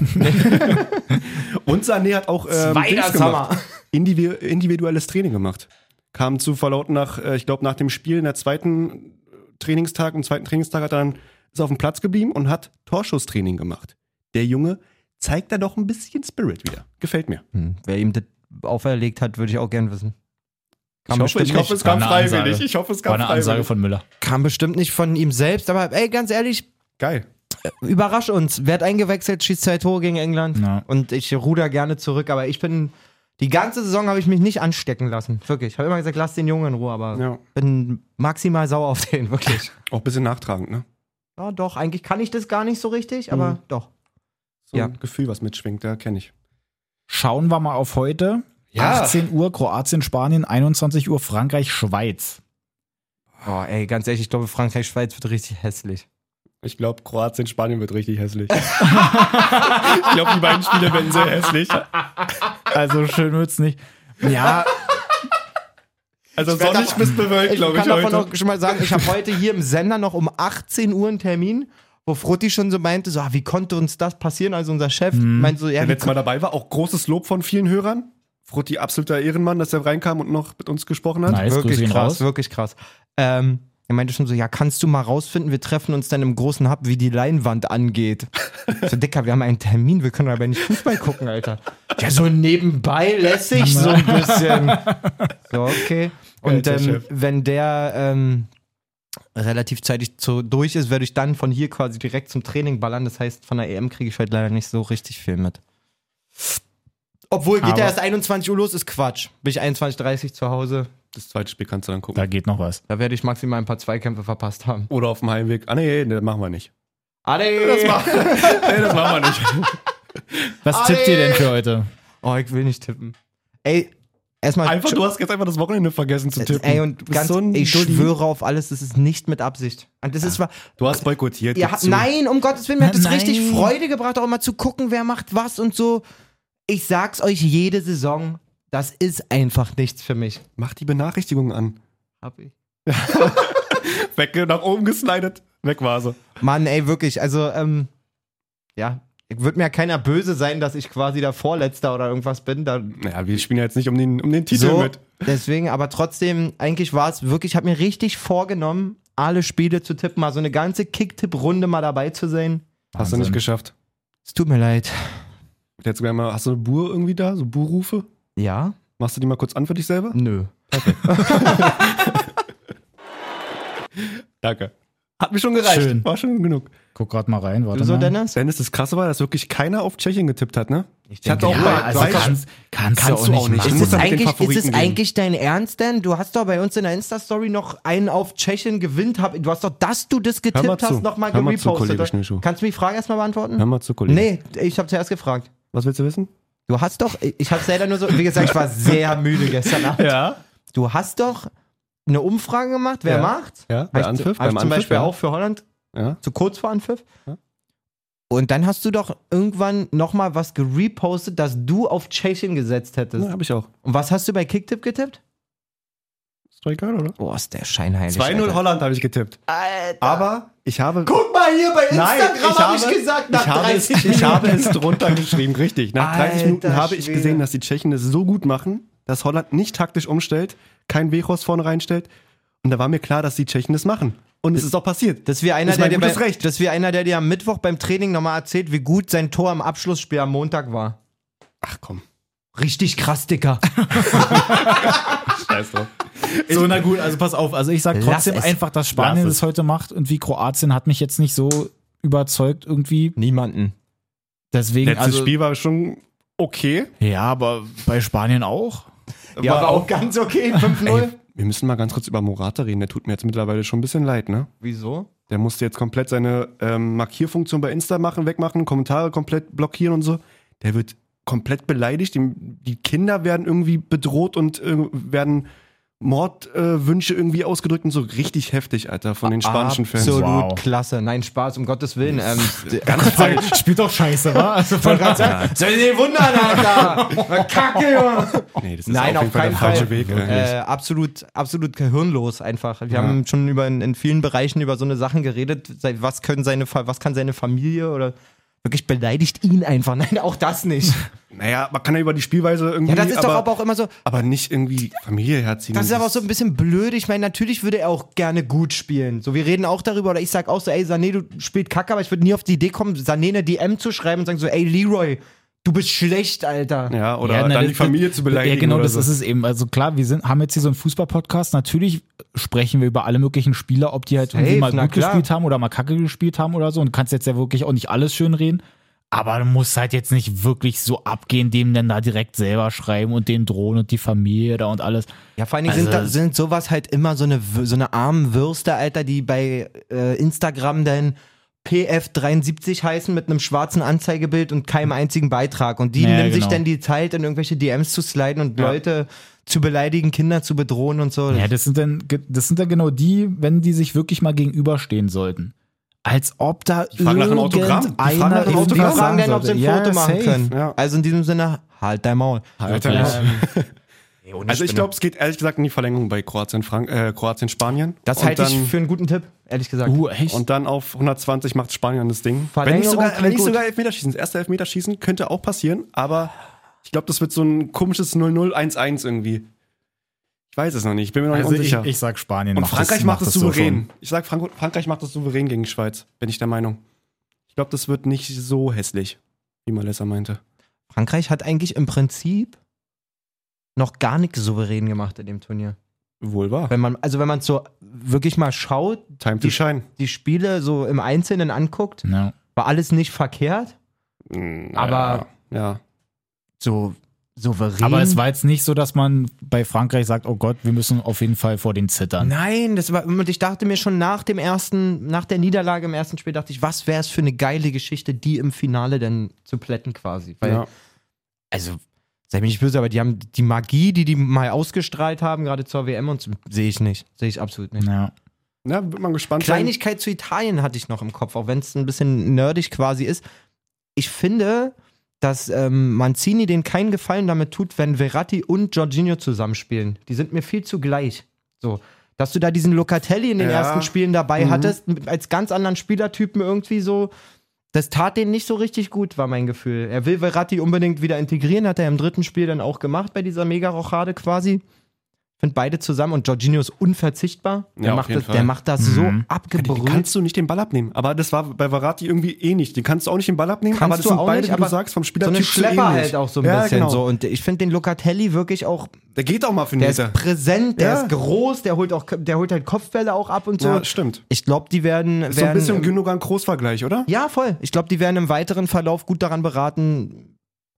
Speaker 1: Und Sané hat auch ähm, Dings gemacht. Individu individuelles Training gemacht. Kam zu verlauten nach, äh, ich glaube, nach dem Spiel in der zweiten äh, Trainingstag, im zweiten Trainingstag hat er dann ist auf dem Platz geblieben und hat Torschusstraining gemacht. Der Junge zeigt da doch ein bisschen Spirit wieder. Gefällt mir.
Speaker 2: Hm, Wer ihm das auferlegt hat, würde ich auch gern wissen. Kam bestimmt nicht,
Speaker 3: kam War eine Ansage. freiwillig.
Speaker 1: Ich hoffe, es
Speaker 3: War eine Ansage von Müller.
Speaker 2: kam bestimmt nicht von ihm selbst, aber ey, ganz ehrlich,
Speaker 1: Geil.
Speaker 2: überrasch uns. Werd eingewechselt, schießt zwei Tore gegen England.
Speaker 3: Ja.
Speaker 2: Und ich ruder gerne zurück, aber ich bin. Die ganze Saison habe ich mich nicht anstecken lassen. Wirklich. Ich habe immer gesagt, lass den Jungen in Ruhe, aber
Speaker 1: Ja.
Speaker 2: bin maximal sauer auf den, wirklich.
Speaker 1: Auch ein bisschen nachtragend, ne?
Speaker 2: Ja, doch, eigentlich kann ich das gar nicht so richtig, aber
Speaker 1: Mhm.
Speaker 2: doch.
Speaker 1: So
Speaker 2: Ja.
Speaker 1: ein Gefühl, was mitschwingt, da kenne ich.
Speaker 3: Schauen wir mal auf heute.
Speaker 1: Ja.
Speaker 3: 18 Uhr Kroatien, Spanien, 21 Uhr Frankreich, Schweiz.
Speaker 2: Oh, ey, ganz ehrlich, ich glaube, Frankreich-Schweiz wird richtig hässlich.
Speaker 1: Ich glaube, Kroatien, Spanien wird richtig hässlich. ich glaube, die beiden Spiele werden sehr hässlich.
Speaker 3: Also schön wird's nicht. Ja,
Speaker 1: Also sonnig bis bewölkt,
Speaker 2: Ich
Speaker 1: glaube ich,
Speaker 2: kann davon
Speaker 1: heute.
Speaker 2: auch schon mal sagen, ich habe heute hier im Sender noch um 18 Uhr einen Termin, wo Frutti schon so meinte, so, ah, wie konnte uns das passieren? Also unser Chef meinte so, ja,
Speaker 1: Mhm. Der
Speaker 2: wie
Speaker 1: letztes Mal dabei war, auch großes Lob von vielen Hörern. Frutti, absoluter Ehrenmann, dass er reinkam und noch mit uns gesprochen hat.
Speaker 3: nice, Grüße
Speaker 2: wirklich
Speaker 3: gehen
Speaker 2: krass,
Speaker 3: raus.
Speaker 2: wirklich krass. Ähm, Er meinte schon so, ja, kannst du mal rausfinden, wir treffen uns dann im großen Hub, wie die Leinwand angeht. Ich So, Dicker, wir haben einen Termin, wir können aber nicht Fußball gucken, Alter. Ja, so nebenbei lässig so ein bisschen. So, okay. Und
Speaker 1: Alter
Speaker 2: ähm,
Speaker 1: Chef.
Speaker 2: wenn der ähm, relativ zeitig zu, durch ist, werde ich dann von hier quasi direkt zum Training ballern. Das heißt, von der EM kriege ich halt leider nicht so richtig viel mit. Obwohl, geht
Speaker 3: Aber-
Speaker 2: ja erst 21 Uhr los, ist Quatsch. Bin ich 21.30 Uhr zu Hause,
Speaker 1: Das zweite Spiel kannst du dann gucken.
Speaker 3: Da geht noch was.
Speaker 2: da werde ich maximal ein paar Zweikämpfe verpasst haben.
Speaker 1: Oder auf dem Heimweg. Ah, nee, nee, machen wir nicht.
Speaker 2: Ade!
Speaker 1: Nee, das machen wir nicht.
Speaker 3: Was
Speaker 2: Adi!
Speaker 3: tippt ihr denn für heute?
Speaker 2: oh, ich will nicht tippen. Ey, erstmal.
Speaker 1: Einfach, du hast jetzt einfach das Wochenende vergessen zu tippen.
Speaker 2: Äh, Ey, und
Speaker 1: Du bist
Speaker 2: ganz,
Speaker 1: so ein
Speaker 2: ich
Speaker 1: Dulli.
Speaker 2: schwöre auf alles, das ist nicht mit Absicht. Und das ist wahr.
Speaker 1: Du hast boykottiert.
Speaker 2: Ihr
Speaker 1: gib
Speaker 2: habt-
Speaker 1: zu.
Speaker 2: nein, um Gottes Willen, mir hat es
Speaker 3: Nein.
Speaker 2: richtig Freude gebracht, auch immer zu gucken, wer macht was und so. Ich sag's euch jede Saison, das ist einfach nichts für mich.
Speaker 1: Mach die Benachrichtigung an.
Speaker 2: Hab ich.
Speaker 1: Weg, nach oben geslidet. Weg war sie.
Speaker 2: Mann, ey, wirklich, also, ähm, ja, wird mir ja keiner böse sein, dass ich quasi der Vorletzter oder irgendwas bin. Da
Speaker 1: Naja, wir spielen ja jetzt nicht um den, um den Titel
Speaker 2: so,
Speaker 1: mit.
Speaker 2: deswegen, aber trotzdem, eigentlich war es wirklich, ich habe mir richtig vorgenommen, alle Spiele zu tippen, mal so eine ganze Kicktipp-Runde mal dabei zu
Speaker 1: Hast
Speaker 2: sein.
Speaker 1: du
Speaker 3: Wahnsinn.
Speaker 1: nicht geschafft.
Speaker 2: Es tut mir leid.
Speaker 1: Jetzt sogar mal, hast du eine Buhr irgendwie da? So Buhrufe?
Speaker 2: Ja?
Speaker 1: Machst du die mal kurz an für dich selber?
Speaker 2: Nö.
Speaker 1: Danke. Hat mir schon gereicht.
Speaker 3: Schön.
Speaker 1: War schon genug.
Speaker 3: Guck grad mal rein, warte
Speaker 2: Wieso,
Speaker 3: mal.
Speaker 2: Dennis?
Speaker 1: Dennis, das Krasse war, dass wirklich keiner auf Tschechien getippt hat, ne? Ich, hatte auch
Speaker 3: Ja,
Speaker 1: mal
Speaker 3: also
Speaker 1: zwei-
Speaker 3: kannst, kannst,
Speaker 1: kannst
Speaker 3: du
Speaker 1: du
Speaker 3: auch
Speaker 1: auch
Speaker 3: nicht.
Speaker 1: nicht.
Speaker 3: machen.
Speaker 2: Ist
Speaker 1: muss
Speaker 2: es,
Speaker 1: dann mit den
Speaker 2: eigentlich,
Speaker 1: Favoriten
Speaker 2: ist es
Speaker 1: gehen.
Speaker 2: eigentlich dein Ernst, denn? Du hast doch bei uns in der Insta-Story noch einen auf Tschechien gewinnt. Hab, du hast doch, dass du das
Speaker 1: Hör mal
Speaker 2: getippt
Speaker 1: zu.
Speaker 2: hast, nochmal
Speaker 1: Hör mal zu,
Speaker 2: gerepostet.
Speaker 1: Kollege Schnürschuh.
Speaker 2: Kannst du mir die Frage erstmal beantworten?
Speaker 1: Hör mal zu, Kollege.
Speaker 2: nee, ich habe zuerst gefragt.
Speaker 1: Was willst du wissen?
Speaker 2: Du hast doch, ich habe leider nur so, wie gesagt, ich war sehr müde gestern Abend.
Speaker 1: Ja.
Speaker 2: Du hast doch eine Umfrage gemacht, wer
Speaker 1: Ja.
Speaker 2: macht.
Speaker 1: Ja,
Speaker 2: Hab
Speaker 1: bei
Speaker 2: ich zu-
Speaker 1: Anpfiff.
Speaker 2: hab ich
Speaker 1: beim
Speaker 2: zum
Speaker 1: Anpfiff,
Speaker 2: Beispiel
Speaker 1: ja.
Speaker 2: auch für Holland,
Speaker 1: Ja.
Speaker 2: zu kurz vor Anpfiff.
Speaker 1: Ja.
Speaker 2: Und dann hast du doch irgendwann nochmal was gerepostet, dass du auf Tschechien gesetzt hättest.
Speaker 1: ja hab ich auch.
Speaker 2: Und was hast du bei Kicktipp getippt?
Speaker 1: Ist doch egal, oder?
Speaker 2: Boah, ist der scheinheilig.
Speaker 1: 2-0 Holland habe ich getippt. Aber ich habe.
Speaker 2: Guck mal hier bei
Speaker 1: Nein, ich
Speaker 2: hab
Speaker 1: habe, ich, habe es, ich habe es drunter geschrieben, richtig. Nach 30
Speaker 2: Alter
Speaker 1: Minuten habe ich
Speaker 2: Schwede.
Speaker 1: gesehen, dass die Tschechen es so gut machen, dass Holland nicht taktisch umstellt, kein Wehorst vorne reinstellt. Und da war mir klar, dass die Tschechen das machen. Und es ist auch passiert.
Speaker 2: Das wäre einer,
Speaker 1: Ist
Speaker 2: der
Speaker 1: mein
Speaker 2: dir
Speaker 1: gutes
Speaker 2: bei-
Speaker 1: Recht.
Speaker 2: das wäre einer, der dir am Mittwoch beim Training nochmal erzählt, wie gut sein Tor am Abschlussspiel am Montag war.
Speaker 1: Ach komm,
Speaker 2: Richtig krass, Dicker.
Speaker 1: scheiß drauf.
Speaker 3: So, na gut, also pass auf. Also ich sag
Speaker 2: Lass
Speaker 3: trotzdem
Speaker 2: es.
Speaker 3: einfach, dass Spanien
Speaker 1: Lass
Speaker 3: das
Speaker 1: es.
Speaker 3: heute macht und wie Kroatien hat mich jetzt nicht so überzeugt irgendwie.
Speaker 2: Niemanden.
Speaker 3: Deswegen,
Speaker 1: Letztes
Speaker 3: also.
Speaker 1: Spiel war schon okay.
Speaker 3: Ja, aber bei Spanien auch.
Speaker 2: Ja, war auch ganz okay, 5-0.
Speaker 1: Ey, wir müssen mal ganz kurz über Morata reden. Der tut mir jetzt mittlerweile schon ein bisschen leid, ne?
Speaker 2: Wieso?
Speaker 1: Der musste jetzt komplett seine ähm, Markierfunktion bei Insta machen, wegmachen, Kommentare komplett blockieren und so. Der wird komplett beleidigt. Die, die Kinder werden irgendwie bedroht und äh, werden Mordwünsche äh, irgendwie ausgedrückt und so richtig heftig, Alter, von den spanischen Fans.
Speaker 2: Absolut
Speaker 3: Wow.
Speaker 2: klasse. Nein, Spaß, um Gottes Willen. Ähm,
Speaker 1: Ganz falsch.
Speaker 3: Spielt doch scheiße, wa? Also von
Speaker 2: Soll ich den wundern, Alter? Kacke, Junge.
Speaker 1: Nee, das
Speaker 2: Nein, auf keinen
Speaker 1: der falsche
Speaker 2: Fall.
Speaker 1: Weg. eigentlich.
Speaker 2: Äh, absolut, absolut gehirnlos einfach. Wir haben schon über in, in vielen Bereichen über so eine Sachen geredet. Sei- Was können seine, Fa- was kann seine Familie oder wirklich beleidigt ihn einfach? Nein, auch das nicht.
Speaker 1: Naja, man kann ja über die Spielweise irgendwie.
Speaker 2: Ja, das ist
Speaker 1: aber,
Speaker 2: doch aber auch immer so.
Speaker 1: aber nicht irgendwie Familie herziehen.
Speaker 3: Hm.
Speaker 2: Das ist aber auch so ein bisschen blöd. Ich meine, natürlich würde er auch gerne gut spielen. So, wir reden auch darüber, oder ich sag auch so, ey, Sané, du spielst Kacke, aber ich würde nie auf die Idee kommen, Sané eine DM zu schreiben und sagen so, ey, Leroy, du bist schlecht, Alter.
Speaker 1: Ja, oder
Speaker 3: na,
Speaker 1: dann
Speaker 3: das-
Speaker 1: die Familie zu beleidigen.
Speaker 3: Ja, genau,
Speaker 1: oder
Speaker 3: das
Speaker 1: so.
Speaker 3: ist es eben. Also klar, wir sind, haben jetzt hier so einen Fußball-Podcast. Natürlich sprechen wir über alle möglichen Spieler, ob die halt irgendwie
Speaker 2: Safe,
Speaker 3: mal
Speaker 2: na
Speaker 3: gut
Speaker 2: klar.
Speaker 3: gespielt haben oder mal kacke gespielt haben oder so. Und du kannst jetzt ja wirklich auch nicht alles schön reden. Aber du musst halt jetzt nicht wirklich so abgehen, dem dann da direkt selber schreiben und den drohen und die Familie da und alles.
Speaker 2: Ja, vor allen Dingen
Speaker 3: Also-
Speaker 2: sind, da, sind sowas halt immer so eine, W- so eine armen Würste, Alter, die bei äh, Instagram dann PF73 heißen mit einem schwarzen Anzeigebild und keinem einzigen Beitrag. Und die
Speaker 3: Hm. Ja,
Speaker 2: nehmen sich
Speaker 3: genau.
Speaker 2: dann die Zeit, in irgendwelche DMs zu sliden und
Speaker 1: Ja.
Speaker 2: Leute zu beleidigen, Kinder zu bedrohen und so.
Speaker 3: Ja, das sind dann, das sind dann genau die, wenn die sich wirklich mal gegenüberstehen sollten. Als ob da
Speaker 1: Die fragen nach einem Autogramm. Die fragen nach
Speaker 3: irgendeiner
Speaker 1: einem
Speaker 2: die
Speaker 1: Autogramm.
Speaker 2: fragen dann, ob sie ein
Speaker 3: Ja,
Speaker 2: Foto machen
Speaker 3: safe.
Speaker 2: können.
Speaker 1: ja.
Speaker 2: Also in diesem Sinne, halt dein Maul.
Speaker 1: Alter,
Speaker 3: Wirklich.
Speaker 1: ja. Also ich glaube, es geht ehrlich gesagt in die Verlängerung bei Kroatien, Frank äh, Kroatien Spanien.
Speaker 2: Das
Speaker 1: Und
Speaker 2: halte ich
Speaker 1: dann-
Speaker 2: für einen guten Tipp, ehrlich gesagt.
Speaker 3: Uh, echt?
Speaker 1: Und dann auf 120 macht Spanien das Ding. Wenn
Speaker 2: Verlängerung
Speaker 1: nicht sogar,
Speaker 2: klingt
Speaker 1: wenn nicht
Speaker 2: gut.
Speaker 1: sogar Elfmeterschießen. Das erste Elfmeterschießen könnte auch passieren, aber ich glaube, das wird so ein komisches 0-0-1-1 irgendwie. Ich weiß es noch nicht, ich bin mir noch
Speaker 3: Also
Speaker 1: nicht
Speaker 3: ich,
Speaker 1: unsicher.
Speaker 3: ich sag Spanien.
Speaker 1: Und
Speaker 3: macht
Speaker 1: Frankreich
Speaker 3: das,
Speaker 1: macht es
Speaker 3: so schon.
Speaker 1: souverän. ich sag, Frank Frankreich macht es souverän gegen Schweiz, bin ich der Meinung. Ich glaube, das wird nicht so hässlich, wie Malessa meinte.
Speaker 2: Frankreich hat eigentlich im Prinzip noch gar nichts souverän gemacht in dem Turnier.
Speaker 1: Wohl wahr.
Speaker 2: Wenn man, also wenn man so wirklich mal schaut,
Speaker 1: Time to shine.
Speaker 2: die Spiele so im Einzelnen anguckt,
Speaker 3: Ja.
Speaker 2: war alles nicht verkehrt, aber
Speaker 1: Ja.
Speaker 2: so souverän.
Speaker 1: Mhm.
Speaker 3: Aber es war jetzt nicht so, dass man bei Frankreich sagt, oh Gott, wir müssen auf jeden Fall vor den zittern.
Speaker 2: Nein, das war und ich dachte mir schon nach dem ersten, nach der Niederlage im ersten Spiel dachte ich, was wäre es für eine geile Geschichte, die im Finale dann zu plätten quasi. Weil,
Speaker 1: ja.
Speaker 2: also, sei mir nicht böse, aber die haben die Magie, die die mal ausgestrahlt haben, gerade zur WM und so, sehe ich nicht, sehe ich absolut nicht.
Speaker 3: Ja.
Speaker 1: Na, wird man gespannt sein.
Speaker 2: Kleinigkeit zu Italien hatte ich noch im Kopf, auch wenn es ein bisschen nerdig quasi ist. Ich finde, dass ähm, Manzini den keinen Gefallen damit tut, wenn Verratti und Jorginho zusammenspielen. Die sind mir viel zu gleich. So. Dass du da diesen Locatelli in den
Speaker 1: Ja.
Speaker 2: ersten Spielen dabei
Speaker 1: Mhm.
Speaker 2: hattest, mit- als ganz anderen Spielertypen irgendwie so. Das tat den nicht so richtig gut, war mein Gefühl. Er will Verratti unbedingt wieder integrieren, hat er im dritten Spiel dann auch gemacht bei dieser Mega-Rochade quasi. Ich finde beide zusammen und Jorginho ist unverzichtbar. Der,
Speaker 1: Ja, auf
Speaker 2: macht,
Speaker 1: jeden
Speaker 2: das,
Speaker 1: Fall.
Speaker 2: der macht das so
Speaker 3: Mhm.
Speaker 1: Den
Speaker 2: abgebrüht.
Speaker 1: kannst du nicht den Ball abnehmen. Aber das war bei Varati irgendwie ähnlich. Den kannst du auch nicht den Ball abnehmen.
Speaker 2: Kannst
Speaker 1: aber das
Speaker 2: du
Speaker 1: sind
Speaker 2: auch
Speaker 1: beide,
Speaker 2: nicht,
Speaker 1: wie du
Speaker 2: aber
Speaker 1: sagst, vom
Speaker 2: so
Speaker 1: Spielertyp
Speaker 2: eine
Speaker 1: schon
Speaker 2: Schlepper
Speaker 1: ähnlich.
Speaker 2: halt auch so ein
Speaker 1: Ja,
Speaker 2: bisschen
Speaker 1: genau.
Speaker 2: so. Und ich finde den Locatelli wirklich auch,
Speaker 1: Der geht auch mal für den
Speaker 2: der ist
Speaker 1: Meter.
Speaker 2: präsent, der
Speaker 1: Ja.
Speaker 2: ist groß, der holt auch, der holt halt Kopfbälle auch ab und so.
Speaker 1: Ja, stimmt.
Speaker 2: ich glaube, die werden, werden
Speaker 1: Ist so ein bisschen Gündogan-Großvergleich, oder?
Speaker 2: ja voll. Ich glaube, die werden im weiteren Verlauf gut daran beraten.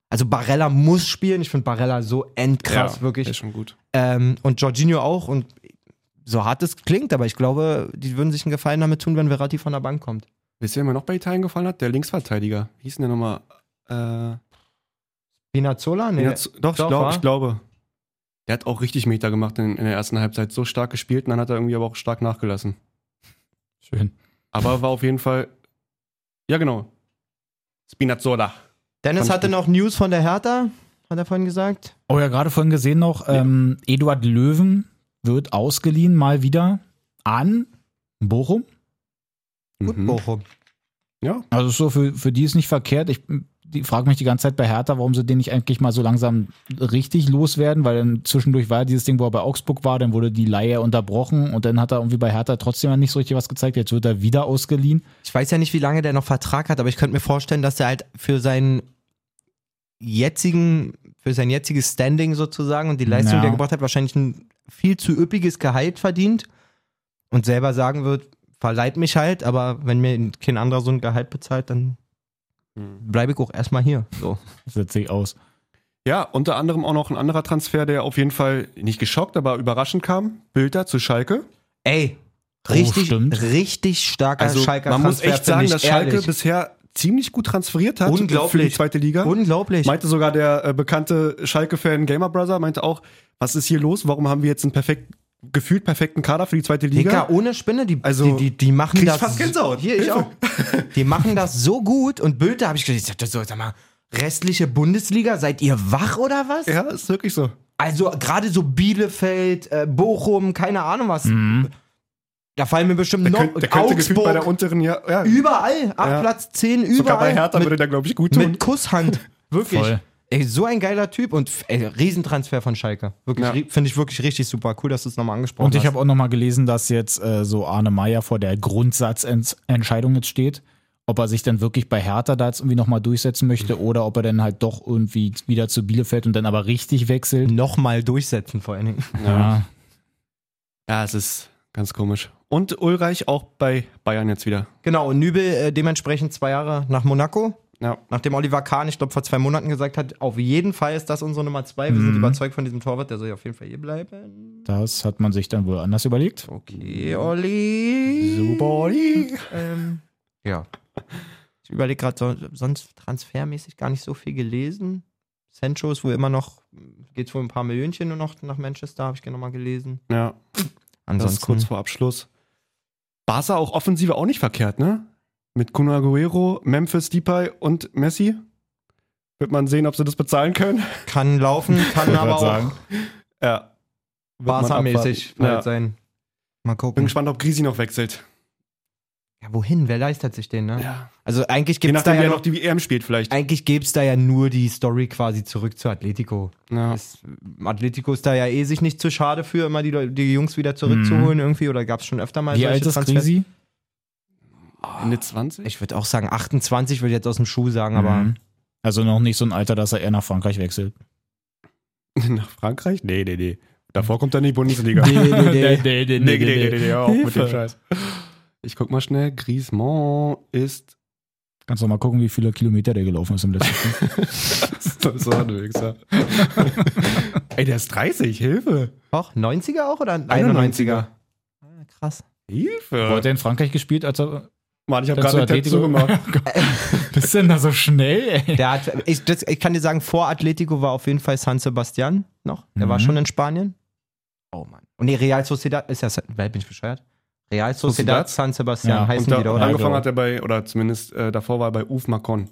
Speaker 2: Also Barella muss spielen. Ich finde Barella so endkrass
Speaker 1: der Ist
Speaker 2: wirklich.
Speaker 1: schon gut.
Speaker 2: Ähm, und Jorginho auch und so hart es klingt, aber ich glaube, die würden sich einen Gefallen damit tun, wenn Verratti von der Bank kommt.
Speaker 1: Wisst ihr, wer mir noch bei Italien gefallen hat? Der Linksverteidiger. Wie Hieß denn der nochmal? Äh,
Speaker 2: Pinazzola? Nee.
Speaker 1: ja, z- doch, ich,
Speaker 2: doch,
Speaker 1: glaub,
Speaker 2: wa?
Speaker 1: ich glaube. Der hat auch richtig Meter gemacht in, in der ersten Halbzeit. So stark gespielt und dann hat er irgendwie aber auch stark nachgelassen.
Speaker 3: Schön.
Speaker 1: Aber war auf jeden Fall. Ja, genau. Spinazzola.
Speaker 2: Dennis
Speaker 1: Fand ich
Speaker 2: hatte
Speaker 1: gut.
Speaker 2: noch News von der Hertha, hat er vorhin gesagt.
Speaker 3: Oh ja, gerade vorhin gesehen noch, ähm, Eduard Löwen wird ausgeliehen mal wieder an Bochum.
Speaker 2: Gut,
Speaker 1: Mhm.
Speaker 2: Bochum.
Speaker 1: Ja,
Speaker 3: Also so für, für die ist nicht verkehrt. Ich die, frage mich die ganze Zeit bei Hertha, warum sie den nicht eigentlich mal so langsam richtig loswerden, weil dann zwischendurch war ja dieses Ding, wo er bei Augsburg war, dann wurde die Leihe unterbrochen und dann hat er irgendwie bei Hertha trotzdem ja nicht so richtig was gezeigt. Jetzt wird er wieder ausgeliehen.
Speaker 2: Ich weiß ja nicht, wie lange der noch Vertrag hat, aber ich könnte mir vorstellen, dass er halt für seinen jetzigen, für sein jetziges Standing sozusagen und die Leistung,
Speaker 3: Ja.
Speaker 2: die er gebracht hat, wahrscheinlich ein viel zu üppiges Gehalt verdient und selber sagen wird, verleiht mich halt, aber wenn mir kein anderer so ein Gehalt bezahlt, dann
Speaker 1: Mhm.
Speaker 2: bleibe ich auch erstmal hier. So.
Speaker 3: Setzt sich aus.
Speaker 1: Ja, unter anderem auch noch ein anderer Transfer, der auf jeden Fall nicht geschockt, aber überraschend kam. Bilder zu Schalke.
Speaker 2: Ey, richtig,
Speaker 3: stimmt.
Speaker 2: richtig starker
Speaker 1: Oh, Also
Speaker 2: Schalker
Speaker 1: man muss
Speaker 2: Transfer,
Speaker 1: echt sagen,
Speaker 2: finde
Speaker 1: dass
Speaker 2: ich,
Speaker 1: Schalke
Speaker 2: ehrlich.
Speaker 1: bisher ziemlich gut transferiert hat
Speaker 2: Unglaublich.
Speaker 1: für die zweite Liga.
Speaker 2: Unglaublich.
Speaker 1: Meinte sogar der äh, bekannte Schalke-Fan Gamer Brother, meinte auch, was ist hier los? Warum haben wir jetzt einen perfekt, gefühlt perfekten Kader für die zweite Liga?
Speaker 2: Digga, ohne Spinne, die,
Speaker 1: Also,
Speaker 2: die, die, die machen
Speaker 1: krieg ich
Speaker 2: das.
Speaker 1: fast Gänsehaut.
Speaker 2: Hier, ich
Speaker 1: Hilfe.
Speaker 2: auch. Die machen das so gut und Bilder habe ich gesagt, ich dachte so, sag mal, restliche Bundesliga, seid ihr wach oder was?
Speaker 1: ja, ist wirklich so.
Speaker 2: Also gerade so Bielefeld, äh, Bochum, keine Ahnung was. Da fallen mir bestimmt
Speaker 1: Der,
Speaker 2: noch
Speaker 1: Mhm. könnt, der könnte gefühlt bei der
Speaker 2: Augsburg,
Speaker 1: unteren, ja, ja
Speaker 2: überall, ab
Speaker 1: Ja.
Speaker 2: Platz 10,
Speaker 1: sogar bei
Speaker 2: überall.
Speaker 1: Hertha würde
Speaker 2: mit,
Speaker 1: der, glaube ich, gut tun.
Speaker 2: mit Kusshand. Wirklich.
Speaker 3: Voll.
Speaker 2: Ey, so ein geiler Typ und ey, Riesentransfer von Schalke. Wirklich,
Speaker 1: Ja.
Speaker 2: ri- finde ich wirklich richtig super. Cool, dass du es nochmal angesprochen
Speaker 3: Und ich
Speaker 2: hast.
Speaker 3: habe auch nochmal gelesen, dass jetzt äh, so Arne Meyer vor der Grundsatzentscheidung jetzt steht, ob er sich dann wirklich bei Hertha da jetzt irgendwie nochmal durchsetzen möchte oder ob er dann halt doch irgendwie wieder zu Bielefeld und dann aber richtig wechselt.
Speaker 2: Nochmal durchsetzen vor allen Dingen.
Speaker 3: Ja.
Speaker 1: Ja, es ist ganz komisch. Und Ulreich auch bei Bayern jetzt wieder.
Speaker 2: Genau, und Nübel äh, dementsprechend zwei Jahre nach Monaco.
Speaker 1: Ja.
Speaker 2: Nachdem Oliver Kahn, ich glaube, vor zwei Monaten gesagt hat, auf jeden Fall ist das unsere Nummer zwei. Wir sind
Speaker 1: Mhm.
Speaker 2: überzeugt von diesem Torwart, der soll ja auf jeden Fall hier bleiben.
Speaker 3: Das hat man sich dann wohl anders überlegt.
Speaker 2: Okay, Olli. Ähm, ja. Ich überlege gerade, so, sonst transfermäßig gar nicht so viel gelesen. Sancho ist wohl immer noch, geht wohl um ein paar Millionchen nur noch nach Manchester, habe ich gerne mal gelesen.
Speaker 1: Ja, das ist kurz vor Abschluss. Barca auch offensive auch nicht verkehrt, ne? Mit Kun Aguero, Memphis Depay und Messi. Wird man sehen, ob sie das bezahlen können.
Speaker 2: kann laufen, kann
Speaker 3: Wollte
Speaker 2: aber
Speaker 3: grad
Speaker 2: auch
Speaker 3: sagen.
Speaker 1: Ja. Wird man
Speaker 2: Barca-mäßig
Speaker 1: abwarten.
Speaker 2: halt
Speaker 1: Ja.
Speaker 2: sein. Mal
Speaker 1: Bin
Speaker 2: gucken.
Speaker 1: gespannt, ob Grisi noch wechselt.
Speaker 2: Ja, wohin? Wer leistet sich den, ne?
Speaker 1: Ja.
Speaker 2: Also eigentlich
Speaker 1: Je
Speaker 2: gibt es da
Speaker 1: nachdem,
Speaker 2: ja
Speaker 1: wer noch
Speaker 2: noch,
Speaker 1: die EM spielt, vielleicht.
Speaker 2: eigentlich gäb's da ja nur die Story quasi zurück zu Atletico.
Speaker 1: Ja.
Speaker 2: Das, Atletico ist da ja eh sich nicht zu schade für, immer die, Leu- die Jungs wieder
Speaker 1: Mhm.
Speaker 2: zurückzuholen irgendwie. Oder gab es schon öfter mal
Speaker 3: Wie alt ist
Speaker 2: Transfers?
Speaker 3: Krisi?
Speaker 1: Ende 20?
Speaker 2: Ich würde auch sagen, 28 würde ich jetzt aus dem Schuh sagen, aber
Speaker 3: Mhm. Also noch nicht so ein Alter, dass er eher nach Frankreich wechselt.
Speaker 1: Nach Frankreich? Nee, nee, nee. Davor kommt dann die Bundesliga.
Speaker 2: nee,
Speaker 3: nee, nee,
Speaker 1: Nee, nee, nee, nee, nee, auch mit dem
Speaker 3: Hilfe.
Speaker 1: Scheiß. Ich guck mal schnell. Griezmann ist.
Speaker 3: Kannst du mal gucken, wie viele Kilometer der gelaufen ist im letzten Spiel.
Speaker 1: so ein Wichser. Ey, der ist 30. Hilfe.
Speaker 2: auch 90er auch oder 91er? Ah, Krass.
Speaker 1: Hilfe.
Speaker 3: Wo hat er in Frankreich gespielt, als er.
Speaker 1: Mann, ich habe
Speaker 3: Dann
Speaker 1: gerade
Speaker 3: zu
Speaker 1: den Tab
Speaker 3: Atletico. Oh
Speaker 1: zugemacht.
Speaker 3: Bist denn da so schnell, ey?
Speaker 2: Der hat, ich, das, ich kann dir sagen, vor Atletico war auf jeden Fall San Sebastian noch. Der war
Speaker 3: Mhm.
Speaker 2: schon in Spanien. Oh Mann. Und die Real Sociedad ist ja, weil bin ich bescheuert? Real Sociedad,
Speaker 1: Sociedad?
Speaker 2: San Sebastian
Speaker 3: Ja,
Speaker 1: Und
Speaker 2: heißen
Speaker 1: da,
Speaker 2: die da, oder?
Speaker 1: angefangen hat er bei, oder zumindest äh, davor war er bei Uf Macon.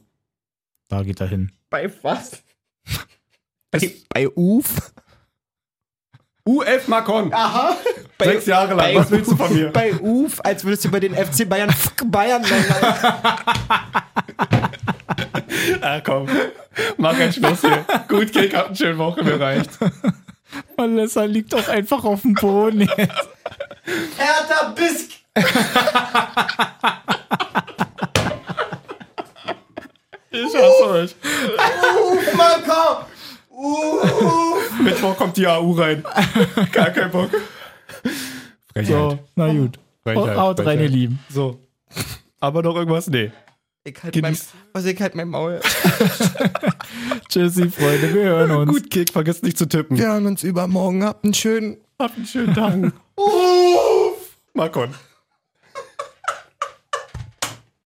Speaker 3: Da geht er hin.
Speaker 1: Bei was?
Speaker 2: bei Uf.
Speaker 1: UF Macon.
Speaker 2: Aha. Bei,
Speaker 1: Sechs Jahre lang.
Speaker 2: bei
Speaker 1: Was willst du von mir?
Speaker 2: Bei Uf, als würdest du über den FC Bayern fuck Bayern nennen.
Speaker 1: Ah, komm. Mach einen Schluss hier. Gut, Kick, habt eine schöne Woche, mir reicht.
Speaker 3: Malessa liegt auch einfach auf dem Boden. jetzt.
Speaker 2: Hertha Bisk.
Speaker 1: Ich hasse euch.
Speaker 2: Uf, Mann, komm. Uf.
Speaker 1: Mittwoch kommt die AU rein. Gar kein Bock. Frechheit.
Speaker 3: So, na gut.
Speaker 1: Frechheit,
Speaker 3: Haut rein,
Speaker 1: Frechheit.
Speaker 3: ihr Lieben.
Speaker 1: So. Aber noch irgendwas? Nee.
Speaker 2: Ich halt mein,
Speaker 1: Genieß.
Speaker 2: also ich halt mein Maul.
Speaker 3: Tschüssi, Freunde. Wir hören uns.
Speaker 1: Gut, Kick, vergiss nicht zu tippen.
Speaker 2: Wir hören uns übermorgen. Habt einen schönen
Speaker 1: Habt einen schönen Tag. Uff. Marcon.